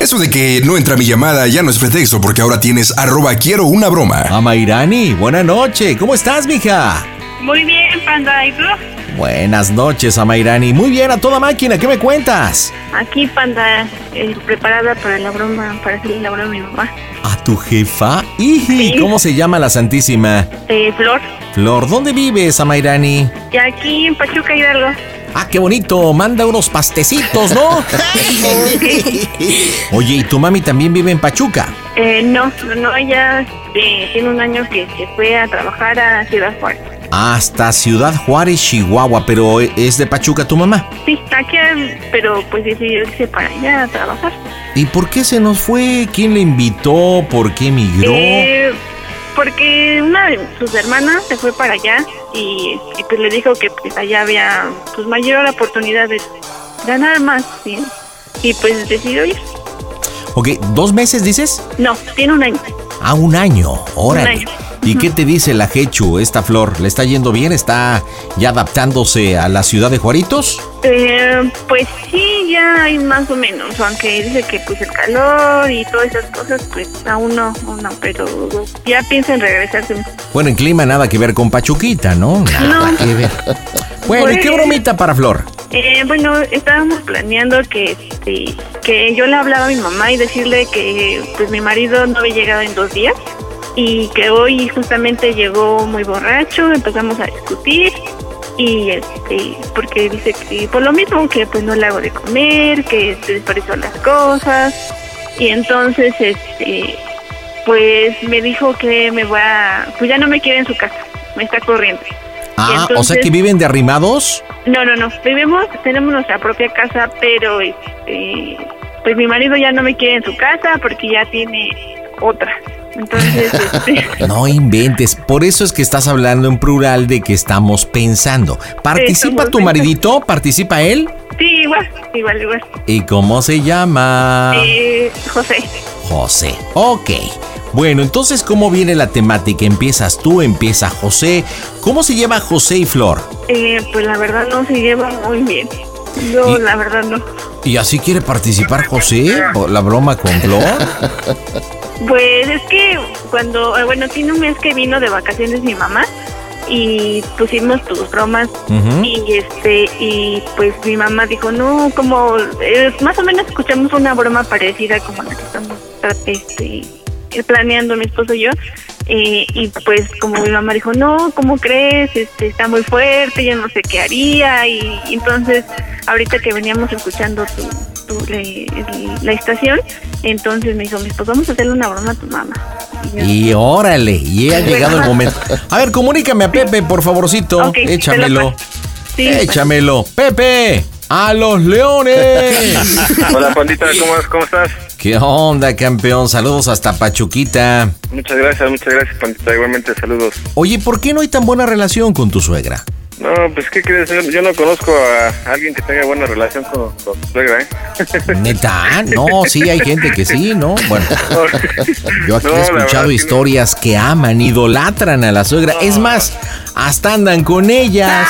Eso de que no entra mi llamada ya no es pretexto porque ahora tienes arroba quiero una broma. Amairani, buena noche. ¿Cómo estás, mija? Muy bien, Panda, ¿y tú? Buenas noches, Amairani. Muy bien, a toda máquina. ¿Qué me cuentas? Aquí, Panda, eh, preparada para la broma, para hacerle la broma a mi mamá. ¿A tu jefa? Iji, Sí. ¿Cómo se llama la Santísima? Eh, Flor, Flor, ¿dónde vives, Amairani? ya aquí en Pachuca Hidalgo. Ah, qué bonito. Manda unos pastecitos, ¿no? Oye, ¿y tu mami también vive en Pachuca? Eh, no, no, no, ella eh, tiene un año que se fue a trabajar a Ciudad Juárez. Hasta Ciudad Juárez, Chihuahua, pero es de Pachuca tu mamá. Sí, aquí, pero pues decidió irse para allá a trabajar. ¿Y por qué se nos fue? ¿Quién le invitó? ¿Por qué emigró? Eh, porque una de sus hermanas se fue para allá y, y, pues le dijo que pues allá había pues mayor oportunidad de ganar más, ¿sí? Y pues decidió ir. Ok, ¿dos meses dices? No, tiene un año. Ah, un año, órale. Un año. ¿Y qué te dice la Jechu, esta flor? ¿Le está yendo bien? ¿Está ya adaptándose a la ciudad de Juaritos? Eh, pues sí, ya hay más o menos, aunque dice que pues el calor y todas esas cosas, pues aún no, aún no, pero ya piensa en regresarse. Bueno, en clima nada que ver con Pachuquita, ¿no? Nada No. que ver. Bueno, ¿y qué Pues- bromita para Flor? Eh, bueno, estábamos planeando que, este, que yo le hablaba a mi mamá y decirle que pues mi marido no había llegado en dos días y que hoy justamente llegó muy borracho, empezamos a discutir y este porque dice que por lo mismo que pues no le hago de comer, que se desperdició las cosas y entonces este pues me dijo que me va, pues ya no me quiere en su casa, me está corriendo. Ah, o sea entonces- que viven de arrimados. No, no, no. Vivimos, tenemos nuestra propia casa, pero este, pues mi marido ya no me quiere en su casa porque ya tiene otra. Entonces, este, No inventes. Por eso es que estás hablando en plural de que estamos pensando. ¿Participa Estamos tu pensando. maridito? ¿Participa él? sí, igual, igual, igual. ¿Y cómo se llama? Eh, José, José. Ok. Bueno, entonces, ¿cómo viene la temática? ¿Empiezas tú? ¿Empieza José? ¿Cómo se lleva José y Flor? eh, pues la verdad no se lleva muy bien. No, Y- la verdad no. ¿Y así quiere participar José? ¿O ¿La broma con Flor? Pues es que cuando, eh, bueno, tiene un mes que vino de vacaciones mi mamá y pusimos tus bromas Ujú. Y este, y pues mi mamá dijo, no, como eh, más o menos escuchamos una broma parecida como la que estamos este, eh, planeando mi esposo y yo. eh, y pues como mi mamá dijo, no, ¿cómo crees? Este, está muy fuerte, yo no sé qué haría. Y, y entonces, ahorita que veníamos escuchando tu, tu- le- el- la estación, entonces me dijo, pues vamos a hacerle una broma a tu mamá. Y yo, Y órale, y ha llegado el momento. A ver, comunícame a Pepe, por favorcito. "Ok, te lo Échamelo. paso". Sí, pues. Échamelo. Pepe, a los leones. Hola, Pandita, ¿cómo, cómo estás? ¿Qué onda, campeón? Saludos hasta Pachuquita. Muchas gracias, muchas gracias, Pandita. Igualmente, saludos. Oye, ¿por qué no hay tan buena relación con tu suegra? No, pues, ¿qué crees? Yo, yo no conozco a alguien que tenga buena relación con, con su suegra, ¿eh? Neta, no, sí, hay gente que sí, ¿no? Bueno, yo aquí No, he la escuchado verdad es que no. historias que aman, idolatran a la suegra. Es más, hasta andan con ellas.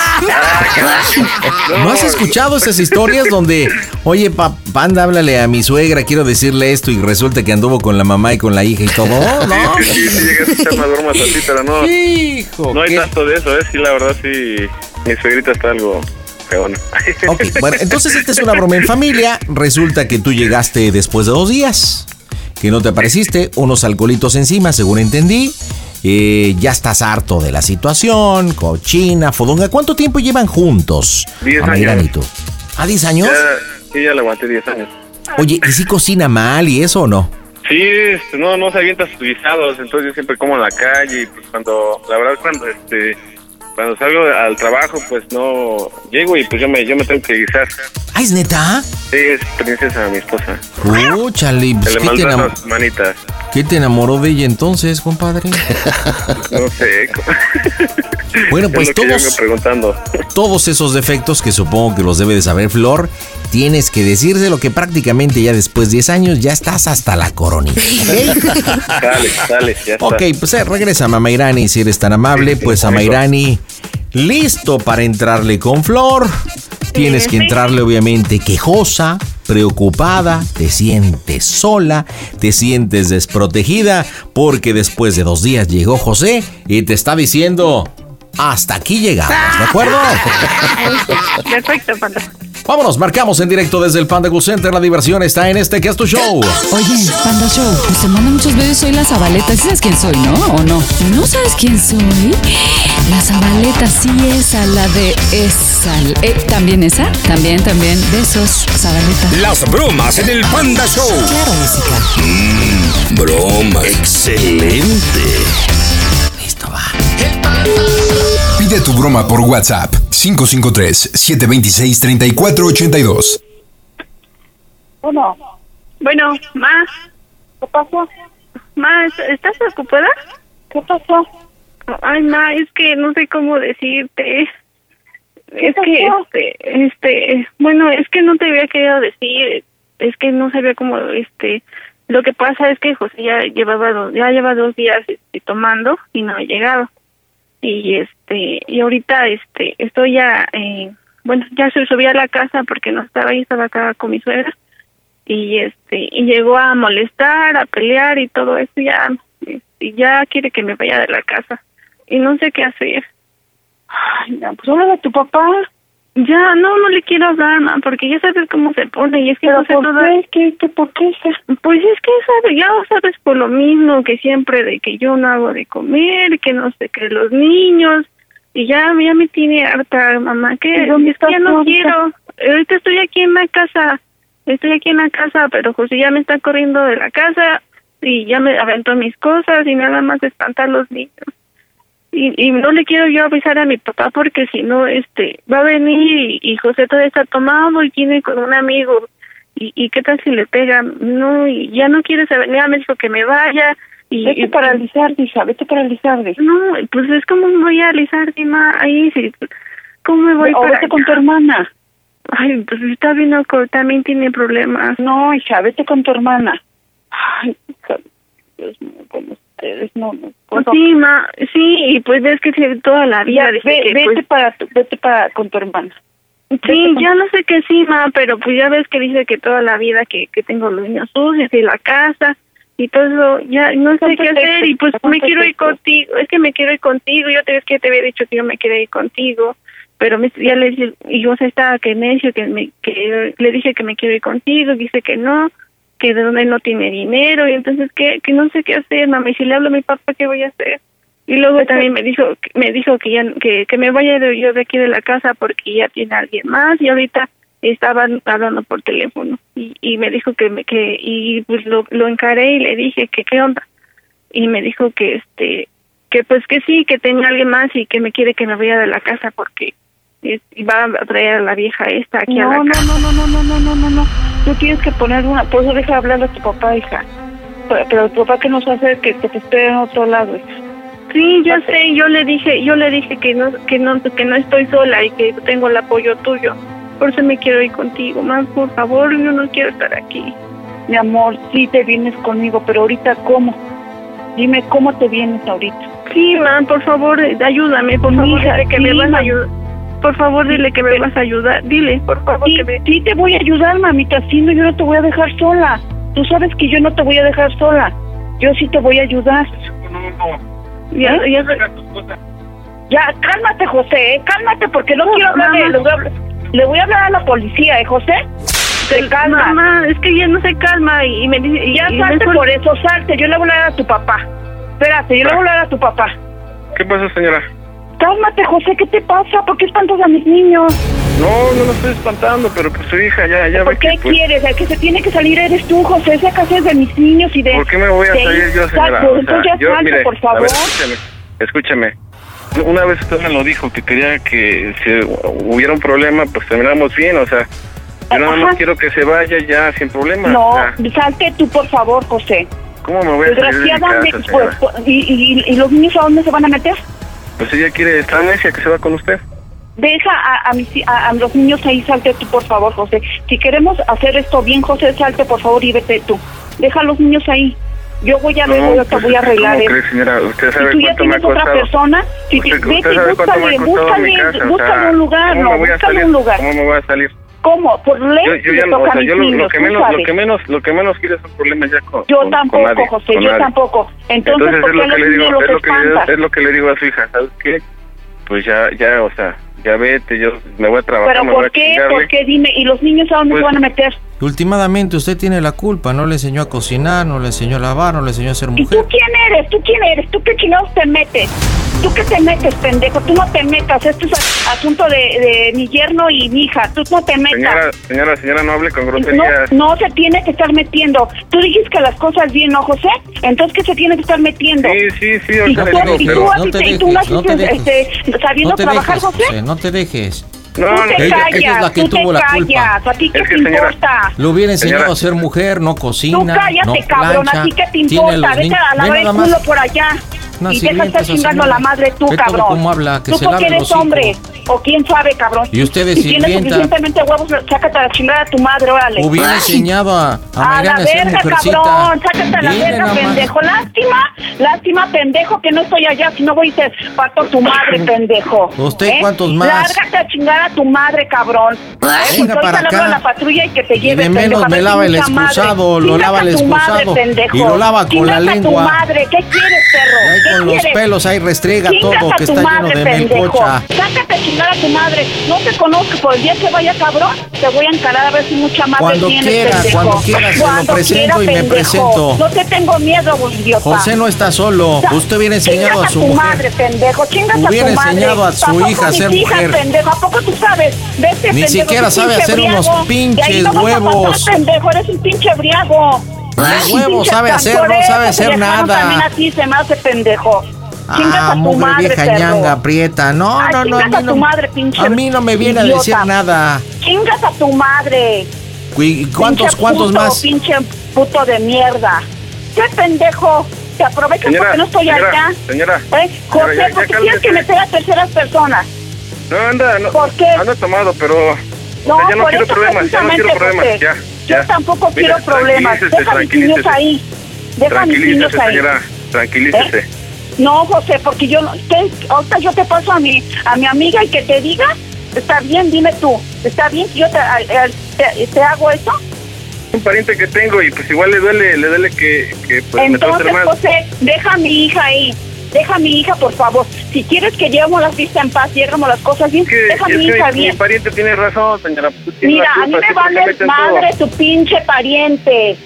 ¿No has escuchado esas historias donde, oye, pa- panda, háblale a mi suegra, quiero decirle esto y resulta que anduvo con la mamá y con la hija y todo? ¿No? Sí, sí, sí, llegué a escuchar más bromas así, pero no, Hijo, no hay qué- tanto de eso, ¿eh? Sí, la verdad, sí, mi suegrita está algo, pero bueno. Ok, bueno, entonces esta es una broma en familia. Resulta que tú llegaste después de dos días, que no te apareciste, unos alcoholitos encima, según entendí. Eh, ya estás harto de la situación, cochina, fodonga. ¿Cuánto tiempo llevan juntos? Diez Amairán años. y tú? ¿A 10 ¿Ah, años? Ya- sí, ya le aguanté 10 años. Oye, ¿y si cocina mal y eso o no? Sí, este, no, no se avienta sus guisados, entonces yo siempre como en la calle y pues cuando, la verdad cuando este, cuando salgo al trabajo pues no, llego y pues yo me, yo me tengo que guisar. ¿Ah, es neta? Sí, es princesa mi esposa, Oh, chale, se pues, le ¿qué, te mandan enam- las manitas, qué te enamoró de ella entonces, compadre? no sé. cómo- Bueno, es pues lo que yo todos- vengo preguntando. Todos esos defectos que supongo que los debe de saber Flor, tienes que decírselo que prácticamente ya después de 10 años ya estás hasta la coronita. Dale, dale, ya Ok, está. pues eh, regresa Mamairani si eres tan amable. Sí, sí, Pues por eso. Mamairani, listo para entrarle con Flor. Tienes que sí. entrarle obviamente quejosa, preocupada, te sientes sola, te sientes desprotegida, porque después de dos días llegó José y te está diciendo, hasta aquí llegamos, ¿de acuerdo? Perfecto, Panda. Vámonos, marcamos en directo desde el Panda Cool Center. La diversión está en este que es tu show. Oye, Panda Show, pues te mando muchos besos, soy la Zabaleta. ¿Sí sabes quién soy, no? ¿O no? ¿No sabes quién soy? La Zabaleta, sí, esa, la de esa. Eh, ¿También esa? También, también. Besos, Zabaleta. Las bromas en el Panda Show. Claro, música. Broma. Excelente. Listo, va. Pide tu broma por WhatsApp 553-726-3482. Bueno, Bueno, ma, ¿qué pasó? ma, ¿estás ocupada? ¿Qué pasó? Ay, ma, es que no sé cómo decirte. Es que, pasó? este, este, bueno, es que no te había querido decir, es que no sabía cómo, este, lo que pasa es que José ya llevaba, do- ya lleva dos días este, tomando y no ha llegado. Y este, y ahorita, este, estoy ya, eh, bueno, ya se subí a la casa porque no estaba ahí, estaba acá con mi suegra y este y llegó a molestar, a pelear y todo eso ya y ya quiere que me vaya de la casa y no sé qué hacer. Ay, no, pues háblale a tu papá. Ya no no le quiero hablar, ma, porque ya sabes cómo se pone y es que Pero no sé ¿por toda- qué? ¿Qué, qué, ¿Por qué hija? Pues es que sabes, ya sabes por lo mismo que siempre de que yo no hago de comer, que no sé qué los niños y ya ya me tiene harta, mamá, que ¿Y dónde es que ya estás tú no ahorita? quiero. Ahorita estoy aquí en la casa. Estoy aquí en la casa, pero José ya me está corriendo de la casa y ya me aventó mis cosas y nada más espanta a los niños. Y, y no le quiero yo avisar a mi papá porque si no, este, va a venir y, y José todavía está tomado y tiene con un amigo. ¿Y, y qué tal si le pega? No, y ya no quiere saber, ya me dijo que me vaya. Y, Vete y- a paralizar, hija, vete a paralizar. hija. No, pues es como me voy a alisar, Dima, ahí sí. ¿Cómo me voy O para vete con allá? tu hermana. Ay, pues está bien, loco, también tiene problemas. No, hija, vete con tu hermana. Ay, hija, Dios mío, con ustedes, no, no puedo. Pues Sí, ma, sí, y pues ves que sí, toda la vida. Ya, dice ve- que, vete pues, para tu- vete para con tu hermana. Sí, Vete con- ya no sé qué sí, ma, pero pues ya ves que dice que toda la vida que, que tengo los niños sucios y la casa y todo eso, ya no sé Ponte qué hacer y pues texto, me ponte quiero ir texto. contigo, es que me quiero ir contigo, yo te, es que te había dicho que yo me quería ir contigo, pero me- ya le dije, y yo se estaba que necio, que, me, que le dije que me quiero ir contigo, dice que no, que de donde no tiene dinero y entonces que, que no sé qué hacer, mami, si le hablo a mi papá, ¿qué voy a hacer? Y luego también me dijo me dijo que ya que, que me vaya de, yo de aquí de la casa porque ya tiene alguien más y ahorita estaban hablando por teléfono y, y me dijo que me que y pues lo, lo encaré y le dije que qué onda y me dijo que este que pues que sí que tenía alguien más y que me quiere que me vaya de la casa porque es- y va a traer a la vieja esta aquí a la No, casa. no, no, no, no, no, no, no, no, no. Tú tienes que poner una. Por eso deja hablar a tu papá, hija. Pero, pero tu papá que nos hace que, que te espere en otro lado, hija. Sí, yo sé, yo le dije, yo le dije que no, que no, que no estoy sola y que tengo el apoyo tuyo. Por eso me quiero ir contigo, más por favor, yo no quiero estar aquí. Mi amor, sí te vienes conmigo, pero ahorita cómo? Dime cómo te vienes ahorita. Sí, man, por favor, eh, ayúdame, por favor, Hija, dile que sí, me vas a ma. ayudar. Por favor, dile que me vas a ayudar, dile, por favor, Sí, que me... sí te voy a ayudar, mamita. Sí, no, yo no te voy a dejar sola. Tú sabes que yo no te voy a dejar sola. Yo sí te voy a ayudar. Ya, ya- Ya, cálmate, José, ¿eh? cálmate, porque no quiero hablar mamá. de... los- Le voy a hablar a la policía, ¿eh, José? Se calma. Mamá, es que ella no se calma y, y me dice... y- ya y salte mejor- por eso, salte. Yo le voy a hablar a tu papá. Espérate, yo le voy a hablar a tu papá. ¿Qué pasó, señora? Cálmate, José, ¿qué te pasa? ¿Por qué espantas a mis niños? No, no lo estoy espantando, pero pues su hija ya, ya ¿Por ve qué que, pues, quieres? El que se tiene que salir eres tú, José. Esa casa es de mis niños y de... ¿Por qué me voy a de- salir yo, señora? Exacto, O sea, entonces ya yo, salte, mire, por a ver, favor. escúcheme, escúcheme. Una vez usted me lo dijo, que quería que si hubiera un problema, pues terminamos bien, o sea, yo nada más Ajá. quiero que se vaya ya sin problema. No, o sea, salte tú, por favor, José. ¿Cómo me voy a salir de mi casa, Desgraciadamente, pues, señora? pues, y, y- y los niños a dónde se van a meter? Pues ella quiere, está necia que se va con usted. Deja a, a mis- a- a los niños ahí, salte tú, por favor, José. Si queremos hacer esto bien, José, salte, por favor, y vete tú. Deja a los niños ahí. Yo voy a ver, voy, a- pues, voy a ¿cómo arreglar cree, esto. señora? Usted Si sabe tú cuánto ya me ha tienes otra costado. Pues, persona, si te- Usted- usted vete, sabe cuánto me ha búscale, costado mi búscale, casa, o búscale sea, un lugar, ¿cómo no, me voy a búscale salir? un lugar. ¿Cómo me voy a salir? ¿Cómo? Por ley yo, yo le ya no, toca o a sea, mis yo lo, lo niños, que tú menos, lo sabes. que menos, lo que menos quiero es un problema ya con Yo con- con tampoco, nadie, José, con yo nadie. tampoco. Entonces, Entonces ¿por es qué lo a que le los digo, niños es los lo que le digo, espantas? es lo que le digo a su hija, ¿sabes qué? Pues ya, ya, o sea, ya vete, yo me voy a trabajar, ¿Pero me voy por a qué? chingarle. ¿Por qué? Dime, ¿y los niños a dónde Pues- se van a meter? Últimamente usted tiene la culpa, no le enseñó a cocinar, no le enseñó a lavar, no le enseñó a ser ¿Y tú mujer. quién eres? ¿Tú quién eres? ¿Tú qué chingados te metes? ¿Tú qué te metes, pendejo? Tú no te metas. Esto es a- asunto de, de mi yerno y mi hija. Tú no te Señora, metas. señora, señora, no hable con groserías. No, no se tiene que estar metiendo. Tú dijiste que las cosas bien, ¿no, José? Entonces, ¿qué se tiene que estar metiendo? Sí, sí, sí, ¿Y ahorita tú, le pero- digo, y tú pero... no así te te- y tú dejes, así no te te- dejes. este, sabiendo No te trabajar, dejes, José. José, no te dejes. No, tú no, te Ella- ella es callas, la que tú te tuvo la culpa. callas. ¿A ti qué Es que, te señora, importa? Lo hubiera enseñado Señora. a ser mujer, no cocina. Tú cállate, no cabrón, plancha, así que te tiene importa, los vete niños- a Ve lavar el nada más. culo por allá. No, y sí, deja estar entonces, chingando a señora, la madre tú, ve todo cabrón. cómo habla, que tú se porque lave el eres hocico. hombre, o quién sabe, cabrón. Y usted es si tienes sirvienta. suficientemente huevos, sácate a la chingada a tu madre, órale. Hubiera Ay. enseñado a, a A Mariana la a ser verga, mujercita. cabrón, sácate a la Dile verga, nada más. pendejo. Lástima, lástima, pendejo, que no estoy allá, si no voy y te parto tu madre, pendejo. ¿eh? ¿Usted cuántos más? Lárgate a chingar a tu madre, cabrón. Venga Entonces para hablo acá. a la patrulla y que te Y lleve, de menos pendejo. A me ver, lava el chinga madre. excusado, lo Chingas lava a el tu madre, excusado. pendejo. Y lo lava con Chingas la a tu lengua. madre. ¿Qué quieres, perro? Y ahí ¿Qué con los quieres? pelos ahí restrega Chingas todo, a que tu está lleno madre, de pendejo. melcocha. Sácate a chingar a tu madre. No te conozco, por el día que vaya cabrón, te voy a encarar a ver si mucha madre Cuando tienes, quiera, pendejo. cuando quiera, se lo Cuando presento quiera, y me pendejo. presento. No te tengo miedo, idiota. José no está solo. Usted hubiera enseñado Chingas a su tu mujer. madre, pendejo. Chingas Hubiera a tu madre. enseñado a su Tampoco hija a mis ser hijas, mujer. pendejo. ¿A poco tú sabes? Vete, Ni pendejo, siquiera tú sabe pinche hacer unos briago. pinches De ahí no vas a huevos. pasar, pendejo, eres un pinche briago. Ay, huevos pinche sabe hacer, no cantorero, sabe hacer viejano, nada. También así se me hace pendejo. Chingas Ah, a tu mugre madre, vieja perro. ñanga, aprieta. No, Ay, no, no. chingas a tu madre, pinche a mí no me viene a idiota. decir nada. Chingas a tu madre. ¿Y cuántos, pinche cuántos puto, más? Pinche puto de mierda. ¿Qué pendejo? Te aprovechas Señora, porque no estoy señora, allá. señora, ¿Eh? José, señora, ya- ya ¿por qué tienes que cálmese. meter a terceras personas? No, anda, no, ¿Por qué? anda tomado, pero... o No, sea, ya no por quiero eso problemas, ya no quiero precisamente, problemas, José. ya, Yo ya. tampoco Mire, quiero problemas. tranquilícese, Deja a mis niños tranquilícese. ahí. Deja a mis niños Tranquilícese, ahí. señora, tranquilícese. ¿Eh? No, José, porque yo no- ¿qué? ahorita yo te paso a mi a mi amiga y que te diga, está bien, dime tú, está bien que yo te, al- al- te- te hago eso. un pariente que tengo y pues igual le duele, le duele que, que pues Entonces, me trate mal. José, deja a mi hija ahí. Deja a mi hija, por favor. Si quieres que llevemos la fiesta en paz y hagamos las cosas bien, Es que, deja a mi es que hija mi, mi bien. pariente tiene razón, señora. pues, tiene Mira, la a mí culpa, me siempre se vale meten madre todo. tu pinche pariente.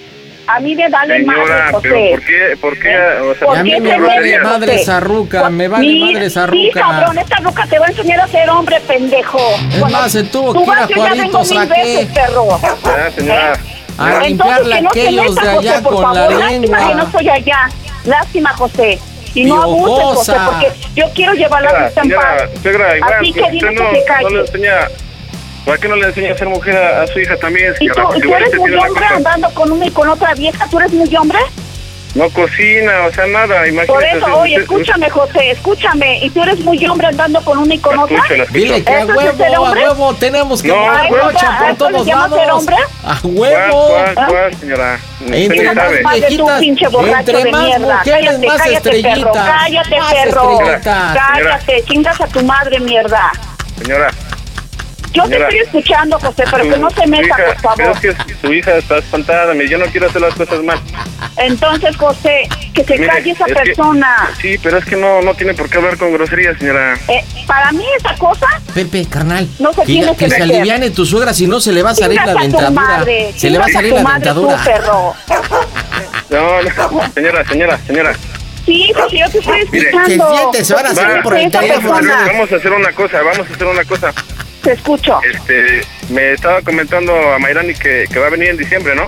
A mí me vale Señora, madre, José. pero ¿por qué? ¿Por qué? O sea, ¿Por Y a qué mí me te vale metes, madre José? esa ruca, me vale Mira, madre esa Sí, ruca. cabrón, esta ruca te va a enseñar a ser hombre, pendejo. Es más, se tuvo tú que ir vas, a yo ya vengo Juaritos, ¿a mil qué? veces, perro. Ya, señora. A Entonces, limpiarle que a no te aquellos metas, de allá José, por con la favor. Lástima que no lengua. estoy allá. Lástima, José. Y no abuses, José, Piojosa. porque yo quiero llevar la Señora, vista en paz. señora, señora, igual, Así pues, que dime usted no, que se no le calle. enseña... ¿Para qué no le enseña a ser mujer a, a su hija también, Y tú, señora? Porque tú igual eres usted muy tiene la hombre culpa. andando con una y con otra vieja, tú eres muy hombre. No cocina, o sea, nada, imagínese. Por eso, usted- oye, usted- escúchame, José, escúchame. Y tú eres muy hombre andando con una y con La otra. escucho, la escucho. Dile que a ¿Eso es huevo, ser a hombre? huevo, tenemos que No, mover ¿a eso- brocha a por eso le todos llamas lados. ser hombre? A ¿Cuál, huevo. cuál, ¿Ah? cuál, señora? Usted Entre ni Nada más sabe. más de tú, viejitas, pinche borracho entre de más mierda. mujeres, Cállate, más cállate, estrellitas. Perro, cállate, Más perro. estrellitas. Cállate, chingas a tu madre, mierda. Señora, Yo Señora. te estoy escuchando, José, pero que no se meta, por favor. Es que su hija está espantada, mire, yo no quiero hacer las cosas mal. Entonces, José, que se Mire, calle esa es que- persona. sí, pero es que no, no tiene por qué hablar con grosería, señora. Eh, para mí esa cosa, Pepe, carnal. No se que, tiene que que se meter. aliviane tu suegra, si no se le va a salir chingas la a tu dentadura. madre. Se le va a chingas salir tu la madre, tú, dentadura. perro. No, no, señora, señora, señora. Sí, porque yo te estoy Mire, escuchando. que siente, se van a ¿Qué salir te por el dice esa teléfono. persona? Vamos a hacer una cosa, vamos a hacer una cosa. Te escucho. Este, me estaba comentando a Mayrani que, que va a venir en diciembre, ¿no?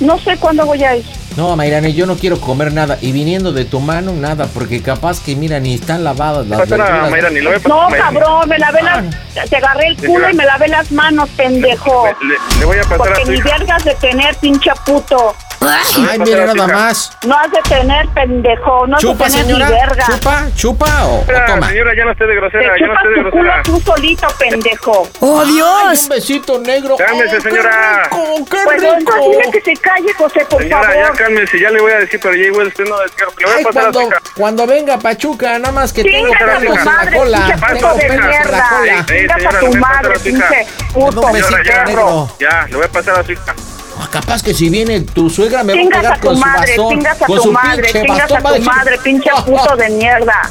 No sé cuándo voy a ir. No, Mayrani, yo no quiero comer nada. Y viniendo de tu mano, nada. Porque capaz que, mira, ni están lavadas las Pásala a verduras. Mayrani, lo voy a pasar No, a Mayrani. cabrón, me lavé las... Ah. Te agarré el culo Señora. y me lavé las manos, pendejo. Le, le- le voy a pasar a Porque su ni hija. vergas de tener, pinche puto. Ay, mira nada más. No has de tener, pendejo. No has Chupa, de tener ni señora. verga. Chupa, chupa o, o Señora, toma. Señora, ya no esté de Te grosera, ya no chupas esté de tu culo grosera. tú solito, pendejo. ¡Oh, Ay, Dios! un besito negro. Cálmese, Ay, qué señora. rico, qué Pues rico. entonces dile que se calle, José, por Señora, ya favor. cálmese, ya le voy a decir, pero ya igual usted no descarga. Le voy Ay, a pasar cuando, a su hija. cuando venga Pachuca, nada más que Sí, tengo hija de a tu pelos en la madre, cola. pinche Tengo puto de pelos en la cola. mierda. Sí, señora, Chingas a tu le voy a pasar madre, a su hija. pinche No puto, me pinche Señora, ya, perro. negro. ya, le voy a pasar a su hija. Ah, capaz que si viene tu suegra me va a Chingas a pegar con tu su madre, bastón. chingas a con tu su madre, pinche chingas bastón, a va tu decir, madre, pinche "Ah, puto ah, de mierda.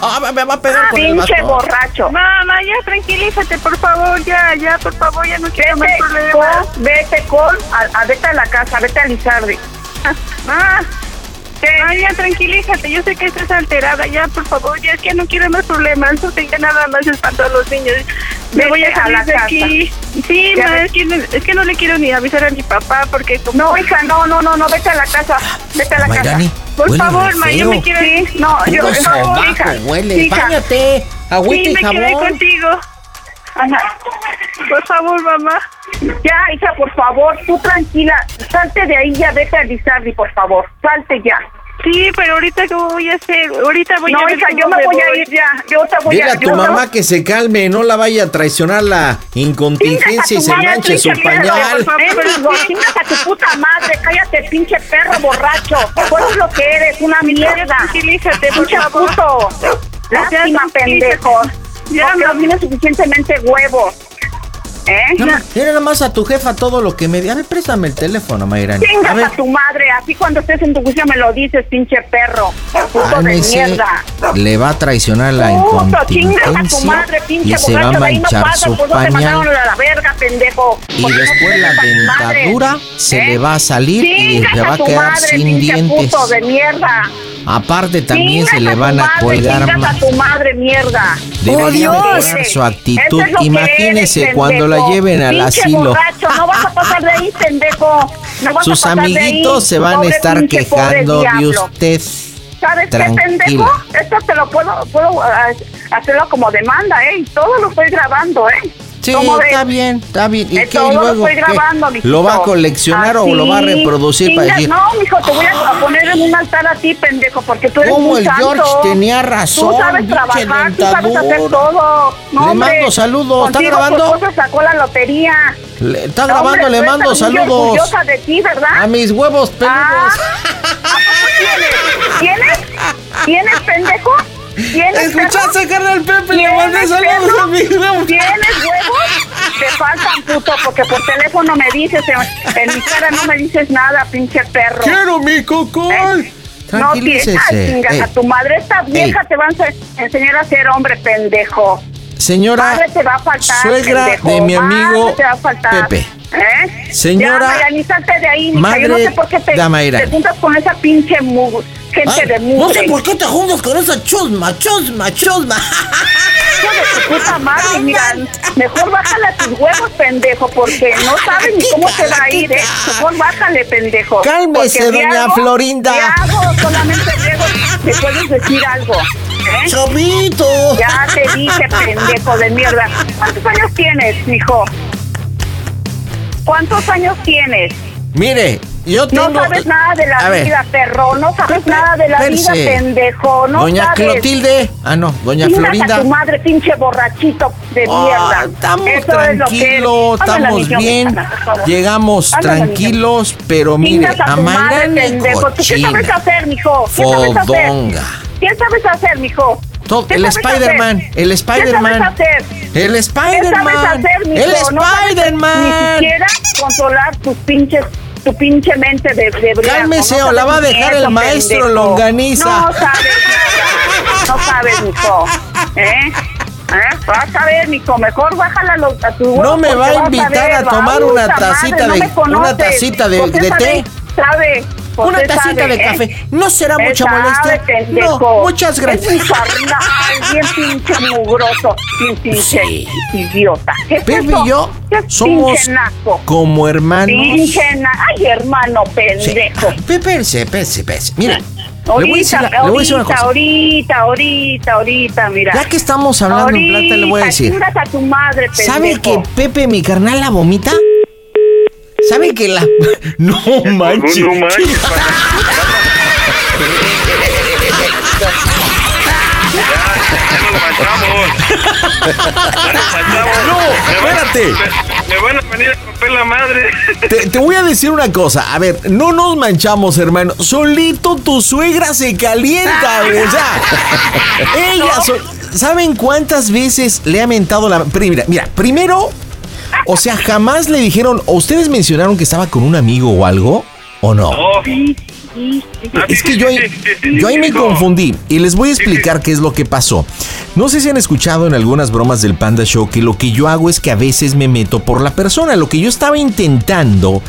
Ah, me- me va a pegar con el Pinche bastón. borracho. Mamá, ya tranquilízate, por favor, ya, ya, por favor, ya no quiero más Vete problemas. con, vete con, a, a- vete a la casa, vete a Lizardi. Mamá, mamá, Ah, ya tranquilízate, yo sé que estás alterada, ya, por favor, ya es que no quiero más problemas, no tenga nada más espanto a los niños. Me Vete voy a a salir la de casa. aquí. Sí, Ya ma, ve. es que, no, es que no le quiero ni avisar a mi papá porque como... No, hija, no, no, no, no, vete a la casa, vete a la Mayrani, casa. Por huele favor, re ma, yo feo. me quiero ir. Sí, no, yo, Puro por favor, hija, sobaco huele. hija. Báñate, agüita Sí, y me quedé jabón. contigo. Ajá. Por favor, mamá. Ya, hija, por favor, tú tranquila, salte de ahí, ya vete a Lizardi, por favor, salte ya. Sí, pero ahorita cómo voy a hacer, ahorita voy a No, ver hija, cómo yo me voy a voy. ir ya, yo te voy Dile a... a yo tu te- mamá que se calme, no la vaya a traicionar la incontingencia y se madre, manche su pinche pañal. perro, mendigo, chingas a tu puta madre, cállate, pinche perro borracho. Pues lo que eres, una Ya mierda. tranquilízate, por Pinche favor. puto. Lástima, Ya, pendejo. Ya, Porque no mami. tienes suficientemente huevos. ¿Eh? No, mira nada más a tu jefa todo lo que me di. A ver, préstame el teléfono, Mayrani. A Chingas ver, a tu madre, así cuando estés en tu juicio me lo dices, pinche perro. Puto de cálmese. mierda. Le va a traicionar la Puto, chingas incontingencia a tu madre, pinche y se va a borracho, de ahí no manchar pasa, su pues no te mandaron pañal. a la verga, pendejo. Y Porque no después la tienes pa' tu madre. dentadura se ¿Eh? le va a salir y Chingas se va a tu quedar madre, sin pinche dientes. puto de mierda. Aparte también Chingas se le tu van a madre, colgar chingas más. a tu madre, mierda. Debería ¡Oh, Dios! mejorar su actitud. Eso es lo que Imagínese eres, cuando la pendejo. lleven al Pinche asilo. borracho, no vas a pasar de ahí, pendejo. No vas a Sus pasar de ahí, amiguitos se van a pobre estar pinche, pobre quejando de diablo. usted. ¿Sabes Tranquila. qué, pendejo? Esto te lo puedo, puedo ah, hacerlo como demanda, ¿eh? Y todo lo estoy grabando, ¿eh? Sí, ¿Cómo ves? está bien, está bien. ¿Y Eh, qué? todo ¿Y lo luego estoy qué? grabando, mijito. ¿Lo va a coleccionar o lo va a Así, reproducir para chinga- decir? "Ah, No, mijo, te voy a a poner en un altar a ti, pendejo, porque tú eres ¿Cómo un el santo. George tenía razón? Tú sabes Pinche trabajar, tú sabes hacer dentadura. todo. No, Le hombre, mando saludos, ¿está contigo grabando? Tu esposa sacó la lotería. Le- está grabando, Hombre, le tú estás mando muy saludos. Ah, orgullosa de ti, ¿verdad? A mis huevos peludos. Ah, ¿a poco ¿Tienes? ¿Tienes? ¿Tienes, pendejo? ¿Tienes, perro? ¿Escuchaste, carnal Pepe? Le ¿Tienes, mandé saludos perro? a mis huevos. ¿Tienes huevos? Te faltan, puto, porque por teléfono me dices, en, en mi cara no me dices nada, pinche perro. ¡Quiero mi cocol! ¿Eh? No tienes, Tranquilícese. eh. Ay, chingas Ey, a tu madre, esta vieja te van a enseñar a ser hombre, pendejo. Señora, Madre te va a faltar, suegra pendejo. de mi amigo Madre te va a faltar. Pepe. ¿Eh? Señora- Ya, Mariani, salte de ahí, mija. Yo no Madre sé por qué te, Damairani. te juntas con esa pinche mu- gente Ay, de mugre. Ah, no sé por qué te juntas con esa chusma, chusma, chusma. hijo de tu puta madre, mira, mejor bájale a tus huevos, pendejo, porque no sabes ni cómo te va a ir, ¿eh? Mejor bájale, pendejo. Cálmese, Porque de doña algo- Florinda. De algo, solamente luego te puedes decir algo, ¿eh? ¡Chobito! Ya te dije, pendejo de mierda. ¿Cuántos años tienes, hijo? ¿Cuántos años tienes? Mire, yo tengo... No sabes nada de la A ver, vida, perro. No sabes Pepe, nada de la espérese. vida, pendejo. No doña sabes. Clotilde. Ah, no, doña Chingas Florinda. a tu madre, pinche borrachito de Ah, mierda. estamos Eso es lo que eres. tranquilos, Ándale, estamos niño, bien. ándale, por favor. Llegamos Ándale, niño. tranquilos, pero mire, Chingas a tu madre, amarán pendejo. ¿Tú ¿Qué sabes hacer, mijo? ¿Qué sabes hacer? Fodonga. ¿Qué sabes hacer, mijo? Todo, ¿Qué el sabes Spider-Man, hacer? el ¿Qué Spider-Man. sabes hacer? El ¿Qué sabes Spider-Man. hacer, mijo? El No sabes Spider-Man. Ni siquiera controlar tus pinches tu pinche mente de, de briaco. Cálmese No o la sabes va a ni dejar eso, el maestro pendejo. Longaniza. No sabes, no sabes, mijo. ¿Eh? ¿Eh? Vas a ver, mijo, mejor bájala a los- a tu huevo, No me va a porque pues, vas invitar a tomar una babucha tacita madre, de- no me conoces. una tacita de- Pues de esa té. vez Sabe. pues Una esa tacita vez, de ¿eh? café. No será Él mucha sabe, molestia. pendejo. No, muchas gracias. Es un carnal, bien pinche mugroso, bien pinche Sí. idiota. ¿Qué es Pepe eso? y yo ¿Qué es somos Pinche naco. como hermanos. Pinche na- Ay, hermano Sí. pendejo. Ay, Pepe, se- Pepe, se- Pepe. Mira, le voy a decir, Ahorita, la- le voy a decir una ahorita, cosa. ahorita, ahorita, ahorita, mira. Ya que estamos hablando en Ahorita, plata, le voy a decir. chingas a tu madre, pendejo. ¿Sabe que Pepe, mi carnal, la vomita? ¿Sabe que la.? No manches. No manches, Ya nos matamos. Ya nos matamos. No, Me van- espérate. me- Me van a venir a romper la madre. Te, te voy a decir una cosa, a ver, no nos manchamos, hermano. Solito tu suegra se calienta, güey, o sea, Ella, sol- ¿saben cuántas veces le ha mentado la... pri- Mira, mira, primero, o sea, jamás le dijeron, o ustedes mencionaron que estaba con un amigo o algo, o no. Oh, Ah, Es sí, que sí, yo ahí, sí, sí, sí, yo ahí sí, me hijo. confundí y les voy a este sí. explicar qué es lo que pasó. No sé si han escuchado en algunas bromas del Panda Show que lo que yo hago es que a veces me meto por la persona. Lo que yo estaba intentando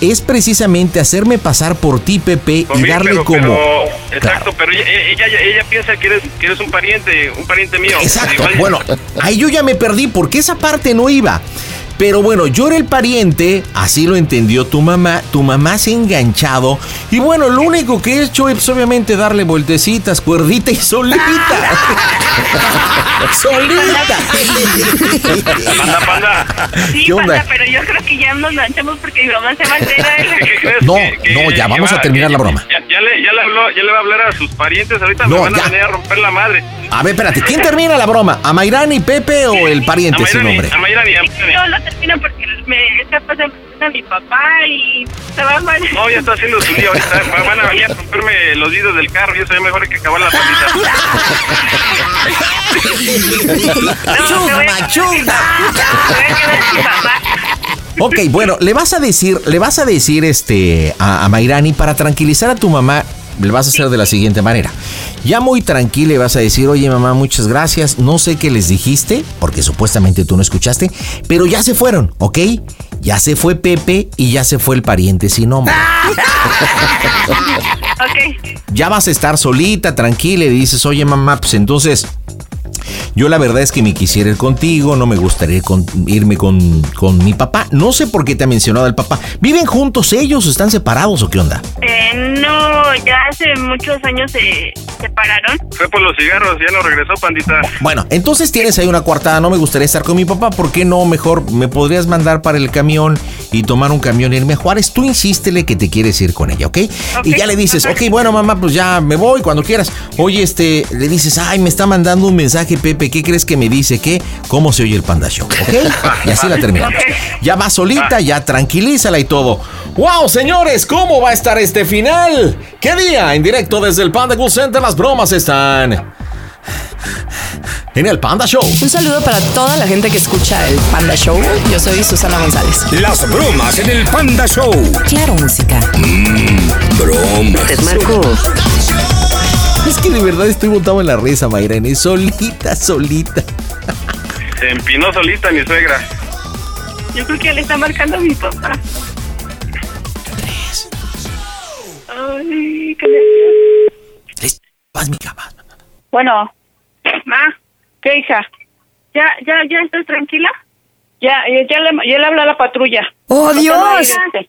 es precisamente hacerme pasar por ti, Pepe, Conmigo, y darle pero- como... pero- Claro. exacto, pero ella, ella, ella- ella piensa que eres, que eres un pariente, un pariente mío. Exacto. Igual- Bueno, ahí yo ya me perdí porque esa parte no iba. Pero bueno, yo era el pariente, así lo entendió tu mamá, tu mamá se ha enganchado y bueno, lo único que he hecho es obviamente darle vueltecitas, cuerdita y solita. solita. Panda, panda. Sí, ¿Qué onda? pasa, pero yo creo que ya nos lanzamos porque mi mamá se va a enterar. ¿Qué crees? No, Que- que- no, ya que vamos a terminar la broma. Ya, ya le, ya, le habló, ya le va a hablar a sus parientes. Ahorita No, me van ya. a venir a romper la madre. A ver, espérate, ¿quién termina la broma? ¿A Mayrani, Pepe o el pariente sin nombre? A Mayrani, a Mayrani. Yo lo termino porque me está pasando a mi papá y se va mal. No, ya está haciendo su día ahorita. Va- Van a venir a romperme los vidrios del carro. Ya se ve mejor que acabar la patita. Chusma, chusma. Se va a quedar sin papá. Ok, bueno, le vas a decir, le vas a decir este a, a Mayrani para tranquilizar a tu mamá. Le vas a hacer de la siguiente manera. Ya muy tranquila y vas a decir, oye mamá, muchas gracias. No sé qué les dijiste, porque supuestamente tú no escuchaste, pero ya se fueron, ¿ok? Ya se fue Pepe y ya se fue el pariente sin nombre. Ok, Ya vas a estar solita, tranquila, y le dices, oye mamá, pues entonces Yo la verdad es que me quisiera ir contigo, no me gustaría ir con- irme con, con mi papá. No sé por qué te ha mencionado el papá. ¿Viven juntos ellos? ¿Están separados o qué onda? eh, no, ya hace muchos años se separaron. Fue por los cigarros. Ya no regresó, pandita. Bueno, entonces tienes ahí una coartada, no me gustaría estar con mi papá, ¿por qué no? Mejor me podrías mandar para el camión y tomar un camión y irme a Juárez. Tú insístele que te quieres ir con ella, ¿ok? Y ya le dices, ok, bueno mamá, pues ya me voy cuando quieras. Oye, este, le dices, ay, me está mandando un mensaje Pepe, ¿qué crees que me dice? ¿Qué? ¿Cómo se oye el panda show? ¿Ok? Y así la terminamos. Ya va solita, ya tranquilízala y todo. ¡Wow, señores! ¿Cómo va a estar este final? ¿Qué día? En directo desde el Panda Cool Center las bromas están en el Panda Show. Un saludo para toda la gente que escucha el Panda Show. Yo soy Susana González. Las bromas en el Panda Show. Claro, música. Bromas. Es que de verdad estoy botado en la risa, Mayrene. Solita, solita. Se empinó solita mi suegra. Yo creo que le está marcando a mi papá. Ay, qué nervios. Es- Vas mi cama. Bueno, Ma, ¿qué hija? ¿ya, ya, ya estás tranquila? Ya, eh, ya, ya le, ya le habla a la patrulla. ¡Oh, No te va a ir, Dios! este.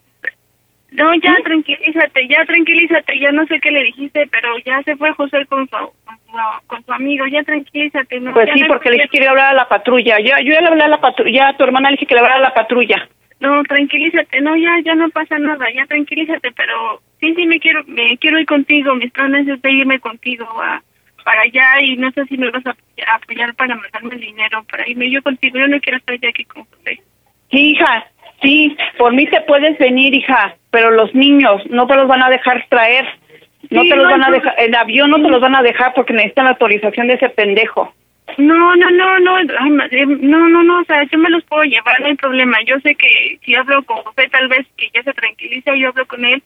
No, ya ¿Eh? tranquilízate, ya tranquilízate. Ya no sé qué le dijiste, este, pero ya se fue José con su, con su, con su amigo. Ya tranquilízate. No, Pues Ya sí, no- porque le dije que le hablar a la patrulla. Yo, yo ya le hablé a la patrulla, a tu hermana le dije que le hablara a la patrulla. No, tranquilízate. No, ya, ya no pasa nada. Ya tranquilízate, pero sí, sí me quiero, me quiero ir contigo. Mis planes es de irme contigo a, para allá y no sé si me vas a apoyar- apoyar para mandarme el dinero para irme yo contigo. Yo no quiero estar ya aquí con José. Sí, hija, sí, por mí te puedes venir, hija, pero los niños no te los van a dejar traer. No Sí, te los no, van a entonces- dejar, en avión no te los van a dejar porque necesitan la autorización de ese pendejo. No, no, no, no, ay, ma- eh, no, no, no, o sea, yo me los puedo llevar, no hay problema. Yo sé que si hablo con José, tal vez que ya se tranquiliza, yo hablo con él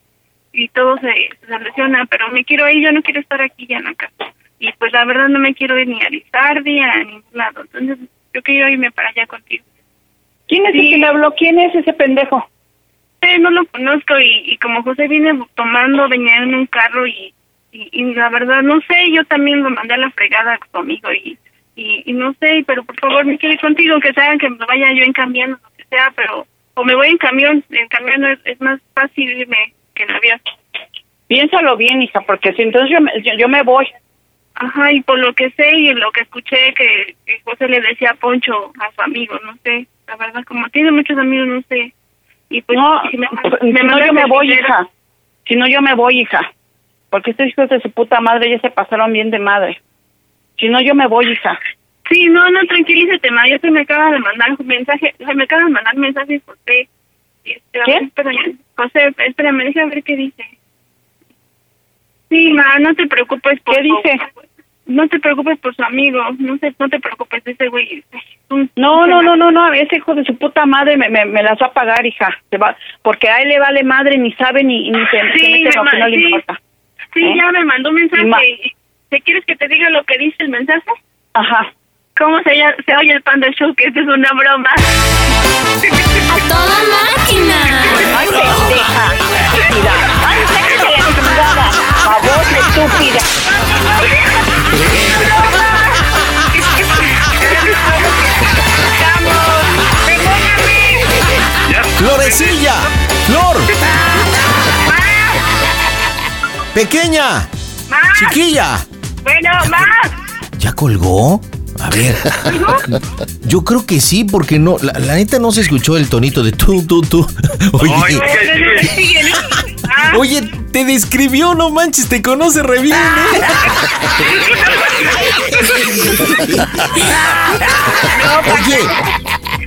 y todo se se soluciona, pero me quiero ir, yo no quiero estar aquí ya en la casa. Y pues la verdad no me quiero ir ni a Lizardia, a ningún lado. Entonces yo quiero irme para allá contigo. ¿Quién es el Sí. que le habló? ¿Quién es ese pendejo? Eh, no lo conozco y, y como José viene tomando, venía en un carro y, y, y la verdad no sé, yo también lo mandé a la fregada conmigo y, y, y no sé, pero por favor me quiere contigo, que saben que me vaya yo en camión, lo que sea, pero o me voy en camión, en camión es, es más fácil irme que en avión. Piénsalo bien, hija, porque si entonces yo, me- yo, yo me voy. Ajá, y por lo que sé y lo que escuché que, que José le decía a Poncho a su amigo, no sé, la verdad, como tiene muchos amigos, no sé. Y pues No, si me- si me no mandas yo me el voy, dinero- hija. Si no yo me voy, hija. Porque estos hijos de su puta madre ya se pasaron bien de madre. Si no yo me voy, hija. Sí, no, no, tranquilízate, ma. Ya se me acaba de mandar un mensaje, se me acaba de mandar mensajes José. Este, a ver, ¿Quién? Espérame, José, espérame, déjame ver qué dice. Sí, ma, no te preocupes por ¿Qué su- dice? No te preocupes por su amigo, no sé, no te preocupes de ese güey. Ay, es un- No, no, no, no, no, ese hijo de su puta madre me, me, me las va a pagar, hija. Se va, porque a él le vale madre, ni sabe ni, ni se, se Sí, mete en lo me que no ma- le sí. importa. Sí, ¿Eh? ya me mandó un Ma- mensaje. ¿Te quieres que te diga lo que dice el mensaje? Ajá. ¿Cómo se, ya- se oye el Panda Show? Que esto es una broma. ¡A toda máquina! Ay, pendeja, estúpida. Ay, sácate la chingada. A vos, estúpida. ¡Florecilla! ¡Flor! ¡Pequeña! ¡Más! ¡Chiquilla! Bueno, más. ¿Ya colgó? A ver. Yo creo que sí, porque no, la, la neta no se escuchó el tonito de tú, tú, tú. Oye, oye, te describió, no manches, te conoce re bien, ¿eh? Oye,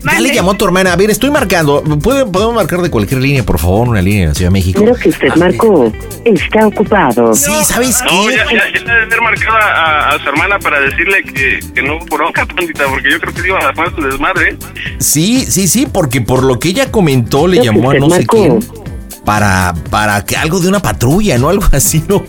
ya le llamó tu hermana. A ver, estoy marcando. ¿Puede- ¿Podemos marcar de cualquier línea, por favor? Una línea de la Ciudad de México. Creo que usted marcó. Está ocupado. Sí, ¿sabes qué? No, ya, ya, ya le debe haber marcado a, a su hermana para decirle que, que no hubo bronca, pandita, porque yo creo que le iban a armar su desmadre. ¿eh? Sí, sí, sí, porque por lo que ella comentó le Creo que llamó a usted no sé marcó. quién para para que algo de una patrulla, no algo así, no.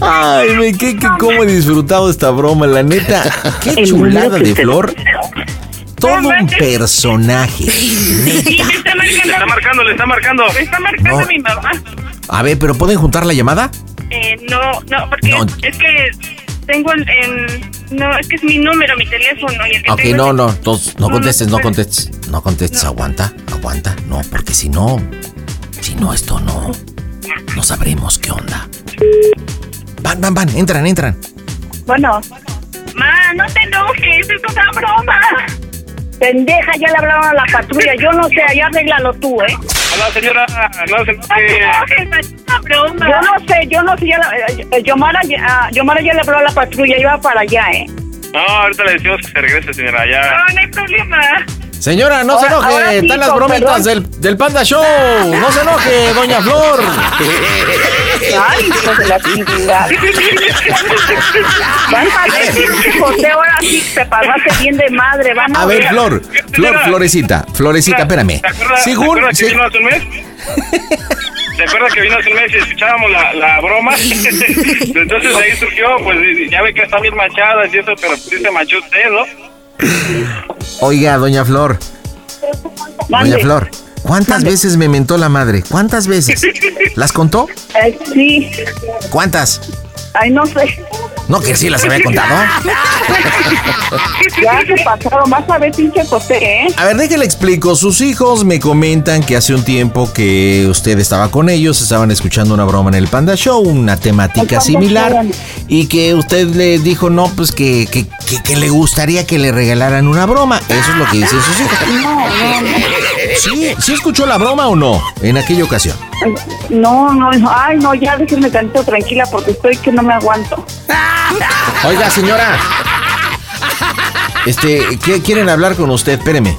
Ay, me qué que cómo he disfrutado esta broma, la neta, qué El chulada número que de usted- flor. Todo un personaje. Sí, me está Le está marcando, marcando, le está marcando. me está marcando No. mi mamá. A ver, pero ¿pueden juntar la llamada? Eh, no, no, porque No. es que tengo el, el- No, es que es mi número, mi teléfono. Y el que Ok, tengo no, es- no, entonces, no No, no contestes, no puede. contestes, no contestes, No. aguanta, aguanta, no, porque si no, si no esto no, no sabremos qué onda. Van, van, van, entran, entran. Bueno, Ma, no te enojes, es una broma. pendeja, ya le hablaron a la patrulla. Yo no sé, ya arréglalo tú, ¿eh? Hola, señora. No No se te enoje. enojes, ma, es una broma. Yo no sé, yo no sé, ya la- eh, eh, Yomara, ya- ah, Yomara ya le habló a la patrulla, iba para allá, ¿eh? No, ahorita le decimos que se regrese, señora. Ya. No, no hay problema. Señora, no Ahora- se ahora enoje, sí, están las con bromitas del, del Panda Show, no se enoje, doña Flor. Ay, hijo de la chingada. Van a ver que José ahora sí se pasaste bien de madre. Van a, A ver, ver. Flor, Flor, Florecita, Florecita, espérame. ¿Te acuerdas, ¿te Según, acuerdas que se- vino hace un mes? ¿Te acuerdas que vino hace un mes y escuchábamos la, la broma? Entonces de ahí surgió, pues ya ve que está bien manchada y eso, pero sí se manchó usted, ¿no? oiga, doña Flor, Mande. doña Flor, ¿cuántas veces me mentó la madre? ¿Cuántas veces? ¿Las contó? Eh, sí, ¿Cuántas? ay, no sé. No, que sí las había contado. Ya se pasaron. Vas a ver, pinche José, ¿eh? A ver, déjale explico. Sus hijos me comentan que hace un tiempo que usted estaba con ellos, estaban escuchando una broma en el Panda Show, una temática similar, y que usted le dijo, no, pues que, que, que- que le gustaría que le regalaran una broma. Eso es lo que dicen sus hijos. ¿Sí? ¿Sí escuchó la broma o no en aquella ocasión? No, no, no. Ay, no, ya déjenme tantito tranquila porque estoy que no me aguanto. Oiga, señora. Este, ¿qué- ¿quieren hablar con usted? Espéreme.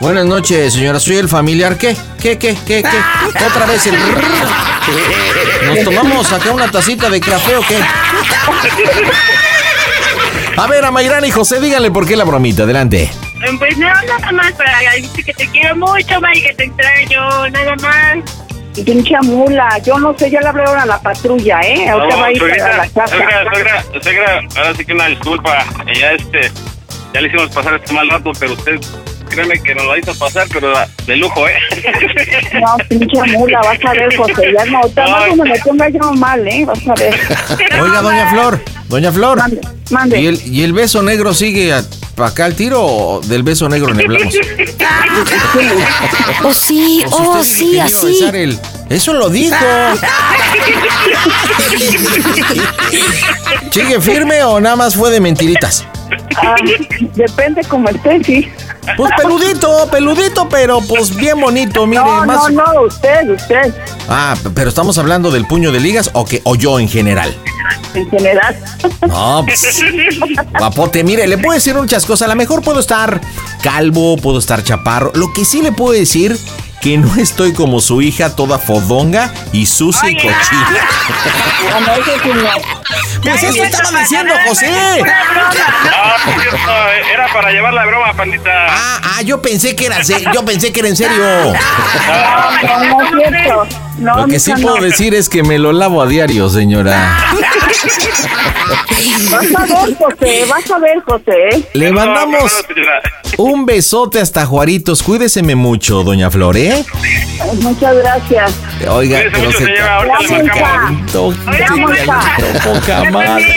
Buenas noches, señora. Soy el familiar. ¿Qué? ¿Qué? ¿Qué? ¿Qué? ¿Qué? Otra vez el. ¿Nos tomamos acá una tacita de café o qué? A ver, a Mayrán y José, díganle por qué la bromita. Adelante. Pues no, nada más para decirte que te quiero mucho, May, que te extraño, nada más. Pinche mula, yo no sé, ya le hablaron a la patrulla, ¿eh? Ahorita va a ir a la casa. Suegra, suegra, suegra, ahora sí que una disculpa. Ya este, ya le hicimos pasar este mal rato, pero usted, créeme que nos la hizo pasar, pero la- de lujo, ¿eh? No, pinche mula, vas a ver, José, ya no, ahorita más cuando me ponga yo mal, ¿eh? Vas a ver. Oiga, doña Flor. Doña Flor. mande. ¿Y el, y el beso negro sigue a- pa' acá el tiro o del beso negro le hablamos? Oh, sí, Pues oh, usted es el sí, que vino a así. besar el- Eso lo dijo. ¿Sigue firme o nada más fue de mentiritas? Ah, depende como esté, sí. Pues peludito, peludito, pero pues bien bonito, mire, No, más. no, no, usted, usted, Ah, pero estamos hablando del puño de ligas o que o yo en general. en general. No, pues, Papote, mire, le puedo decir muchas cosas. A lo mejor puedo estar calvo, puedo estar chaparro. Lo que sí le puedo decir que no estoy como su hija toda fodonga y sucia y cochina. Pues eso estaba diciendo José. No, era para llevar la broma, pandita. Ah, ah, yo pensé que era, se- yo pensé que era en serio. No, no es cierto. No, Lo que mija, sí no. puedo decir es que me lo lavo a diario, señora. Vas a ver, José, vas a ver, José. ¿eh? Le mandamos un besote hasta Juaritos. Cuídeseme mucho, doña Flor, ¿eh? Muchas gracias. Oiga, Cuídese pero mucho, se- señora. Ahorita le Gracias, marcamos. Toc- Hola, monja. Poca madre.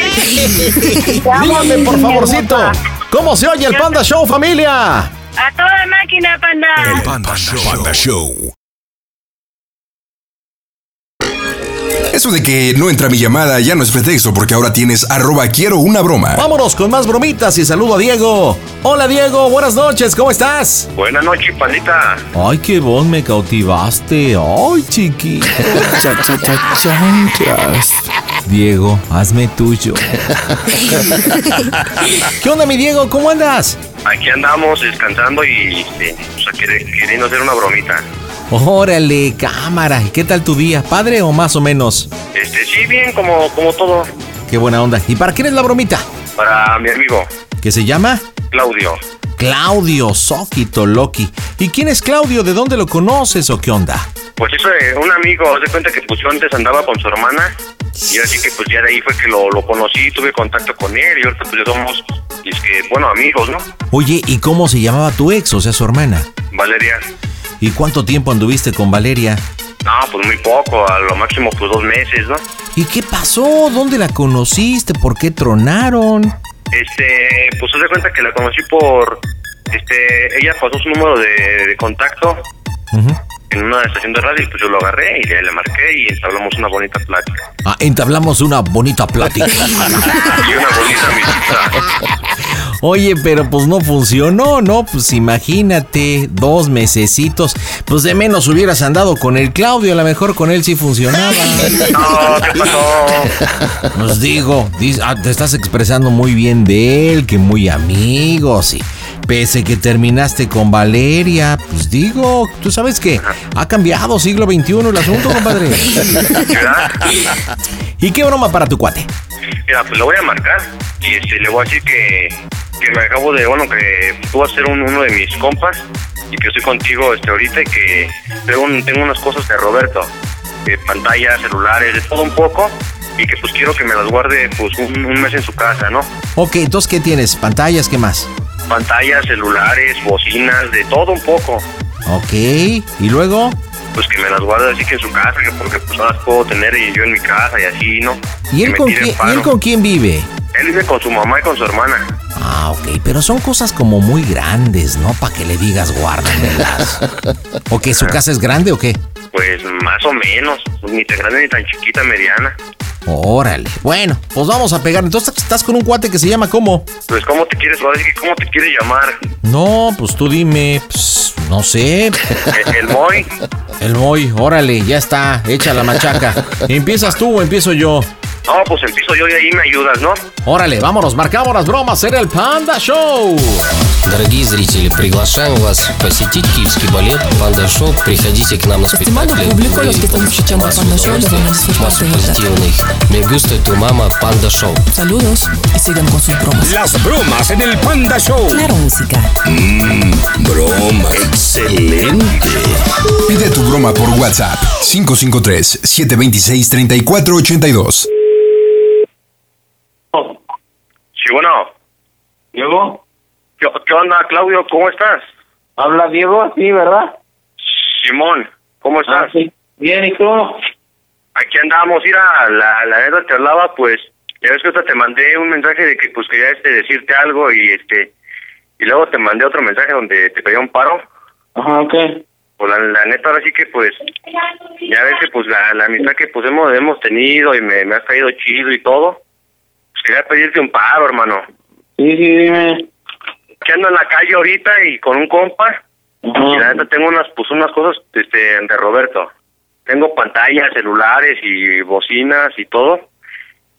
Te amo, Díganme, mi por niña favorcito, hermosa. ¿cómo se oye el Panda Show, familia? A toda máquina, panda. El Panda Show. Panda Show. Eso de que no entra mi llamada ya no es pretexto porque ahora tienes arroba quiero una broma. Vámonos con más bromitas y saludo a Diego. Hola, Diego, buenas noches, ¿cómo estás? Buenas noches, pandita. Ay, qué vos me cautivaste. Ay, chiquito. Cha, cha, cha, chanclas. Diego, hazme tuyo. ¿Qué onda, mi Diego? ¿Cómo andas? Aquí andamos descansando y este, o sea, quere- queriendo hacer una bromita. Órale, cámara. ¿Y ¿Qué tal tu día? ¿Padre o más o menos? Este, sí, bien, como, como todo. Qué buena onda. ¿Y para quién es la bromita? Para mi amigo, ¿Qué se llama? Claudio. Claudio Soquito Loki. ¿Y quién es Claudio? ¿De dónde lo conoces o qué onda? Pues eso, eh, un amigo, se cuenta que pues yo antes andaba con su hermana y así que pues ya de ahí fue que lo, lo conocí, tuve contacto con él y ahorita pues ya somos, y es que, bueno, amigos, ¿no? Oye, ¿y cómo se llamaba tu ex, o sea, su hermana? Valeria. ¿Y cuánto tiempo anduviste con Valeria? No, pues muy poco, a lo máximo pues dos meses, ¿no? ¿Y qué pasó? ¿Dónde la conociste? ¿Por qué tronaron? Este, pues se cuenta que la conocí por, este, ella pasó su número de, de contacto Ujú. en una estación de radio y pues yo lo agarré y ya le marqué y entablamos una bonita plática. Ah, entablamos una bonita plática. Y una bonita amistad. Oye, pero pues no funcionó, ¿no? Pues imagínate, dos mesecitos. Pues de menos hubieras andado con el Claudio, a lo mejor con él sí funcionaba. No, ¿qué pasó? Nos digo, dis- ah, te estás expresando muy bien de él, que muy amigos y pese que terminaste con Valeria, pues digo, tú sabes que ha cambiado siglo XXI el asunto, compadre. ¿Verdad? ¿Y qué broma para tu cuate? Mira, pues le voy a marcar y este, le voy a decir que, que me acabo de, bueno, que tú vas a ser un- uno de mis compas y que estoy contigo este, ahorita y que tengo, un- tengo unas cosas de Roberto, de pantallas, celulares, de todo un poco y que pues quiero que me las guarde pues un, un mes en su casa, ¿no? Ok, entonces, ¿qué tienes? ¿Pantallas? ¿Qué más? Pantallas, celulares, bocinas, de todo un poco, Ok, y luego, pues que me las guarde así que en su casa, que porque pues no las puedo tener y yo en mi casa y así, ¿no? ¿y Que él, me con tire quién, paro. ¿y él con quién vive? Él vive con su mamá y con su hermana. Ah, ok, pero son cosas como muy grandes, ¿no? Para que le digas guárdamelas. ¿O que su casa es grande o qué? Pues más o menos, pues, ni tan grande ni tan chiquita, mediana. Órale. Bueno, pues vamos a pegar. Entonces estás con un cuate que se llama ¿cómo? Pues cómo te quieres, ahora sí que cómo te quieres llamar, No, pues tú dime. Pues, no sé. el, Eh, el boy, El Moy, órale, ya está. Echa la machaca. ¿Empiezas tú o empiezo yo? No, pues empiezo yo y ahí me ayudas, ¿no? Órale, vámonos, marcamos las bromas en el Panda Show. Дорогие зрители, приглашаем вас посетить киевский балет «Панда Шоу». Приходите к нам на спектакль. Вы получите массу удовольствия, массу позитивных. Me gusta tu mama, «Панда Шоу». Saludos y sigan con sus bromas. Las bromas en el Panda Show. Claro, música. Mmm, broma. Excelente. Pide tu broma por WhatsApp 553-726-3482. Sí, bueno. Diego, ¿Qué, qué onda, Claudio? ¿Cómo estás? habla Diego, sí, ¿verdad? Simón, ¿cómo estás? Ah, sí. Bien, ¿y tú? Aquí andamos, mira, la, la neta te hablaba, pues, ya ves que hasta te mandé un mensaje de que, pues, quería este, decirte algo y, este, y luego te mandé otro mensaje donde te pedía un paro. Ajá, ok. Pues, la, la neta, ahora sí que, pues, ya ves que, pues, la, la amistad que, pues, hemos, hemos tenido y me, me has caído chido y todo. Pues, quería pedirte un paro, hermano. Sí, sí, dime. que ando en la calle ahorita y con un compa. Y la neta tengo unas, pues unas cosas este, de Roberto. Tengo pantallas, celulares y bocinas y todo.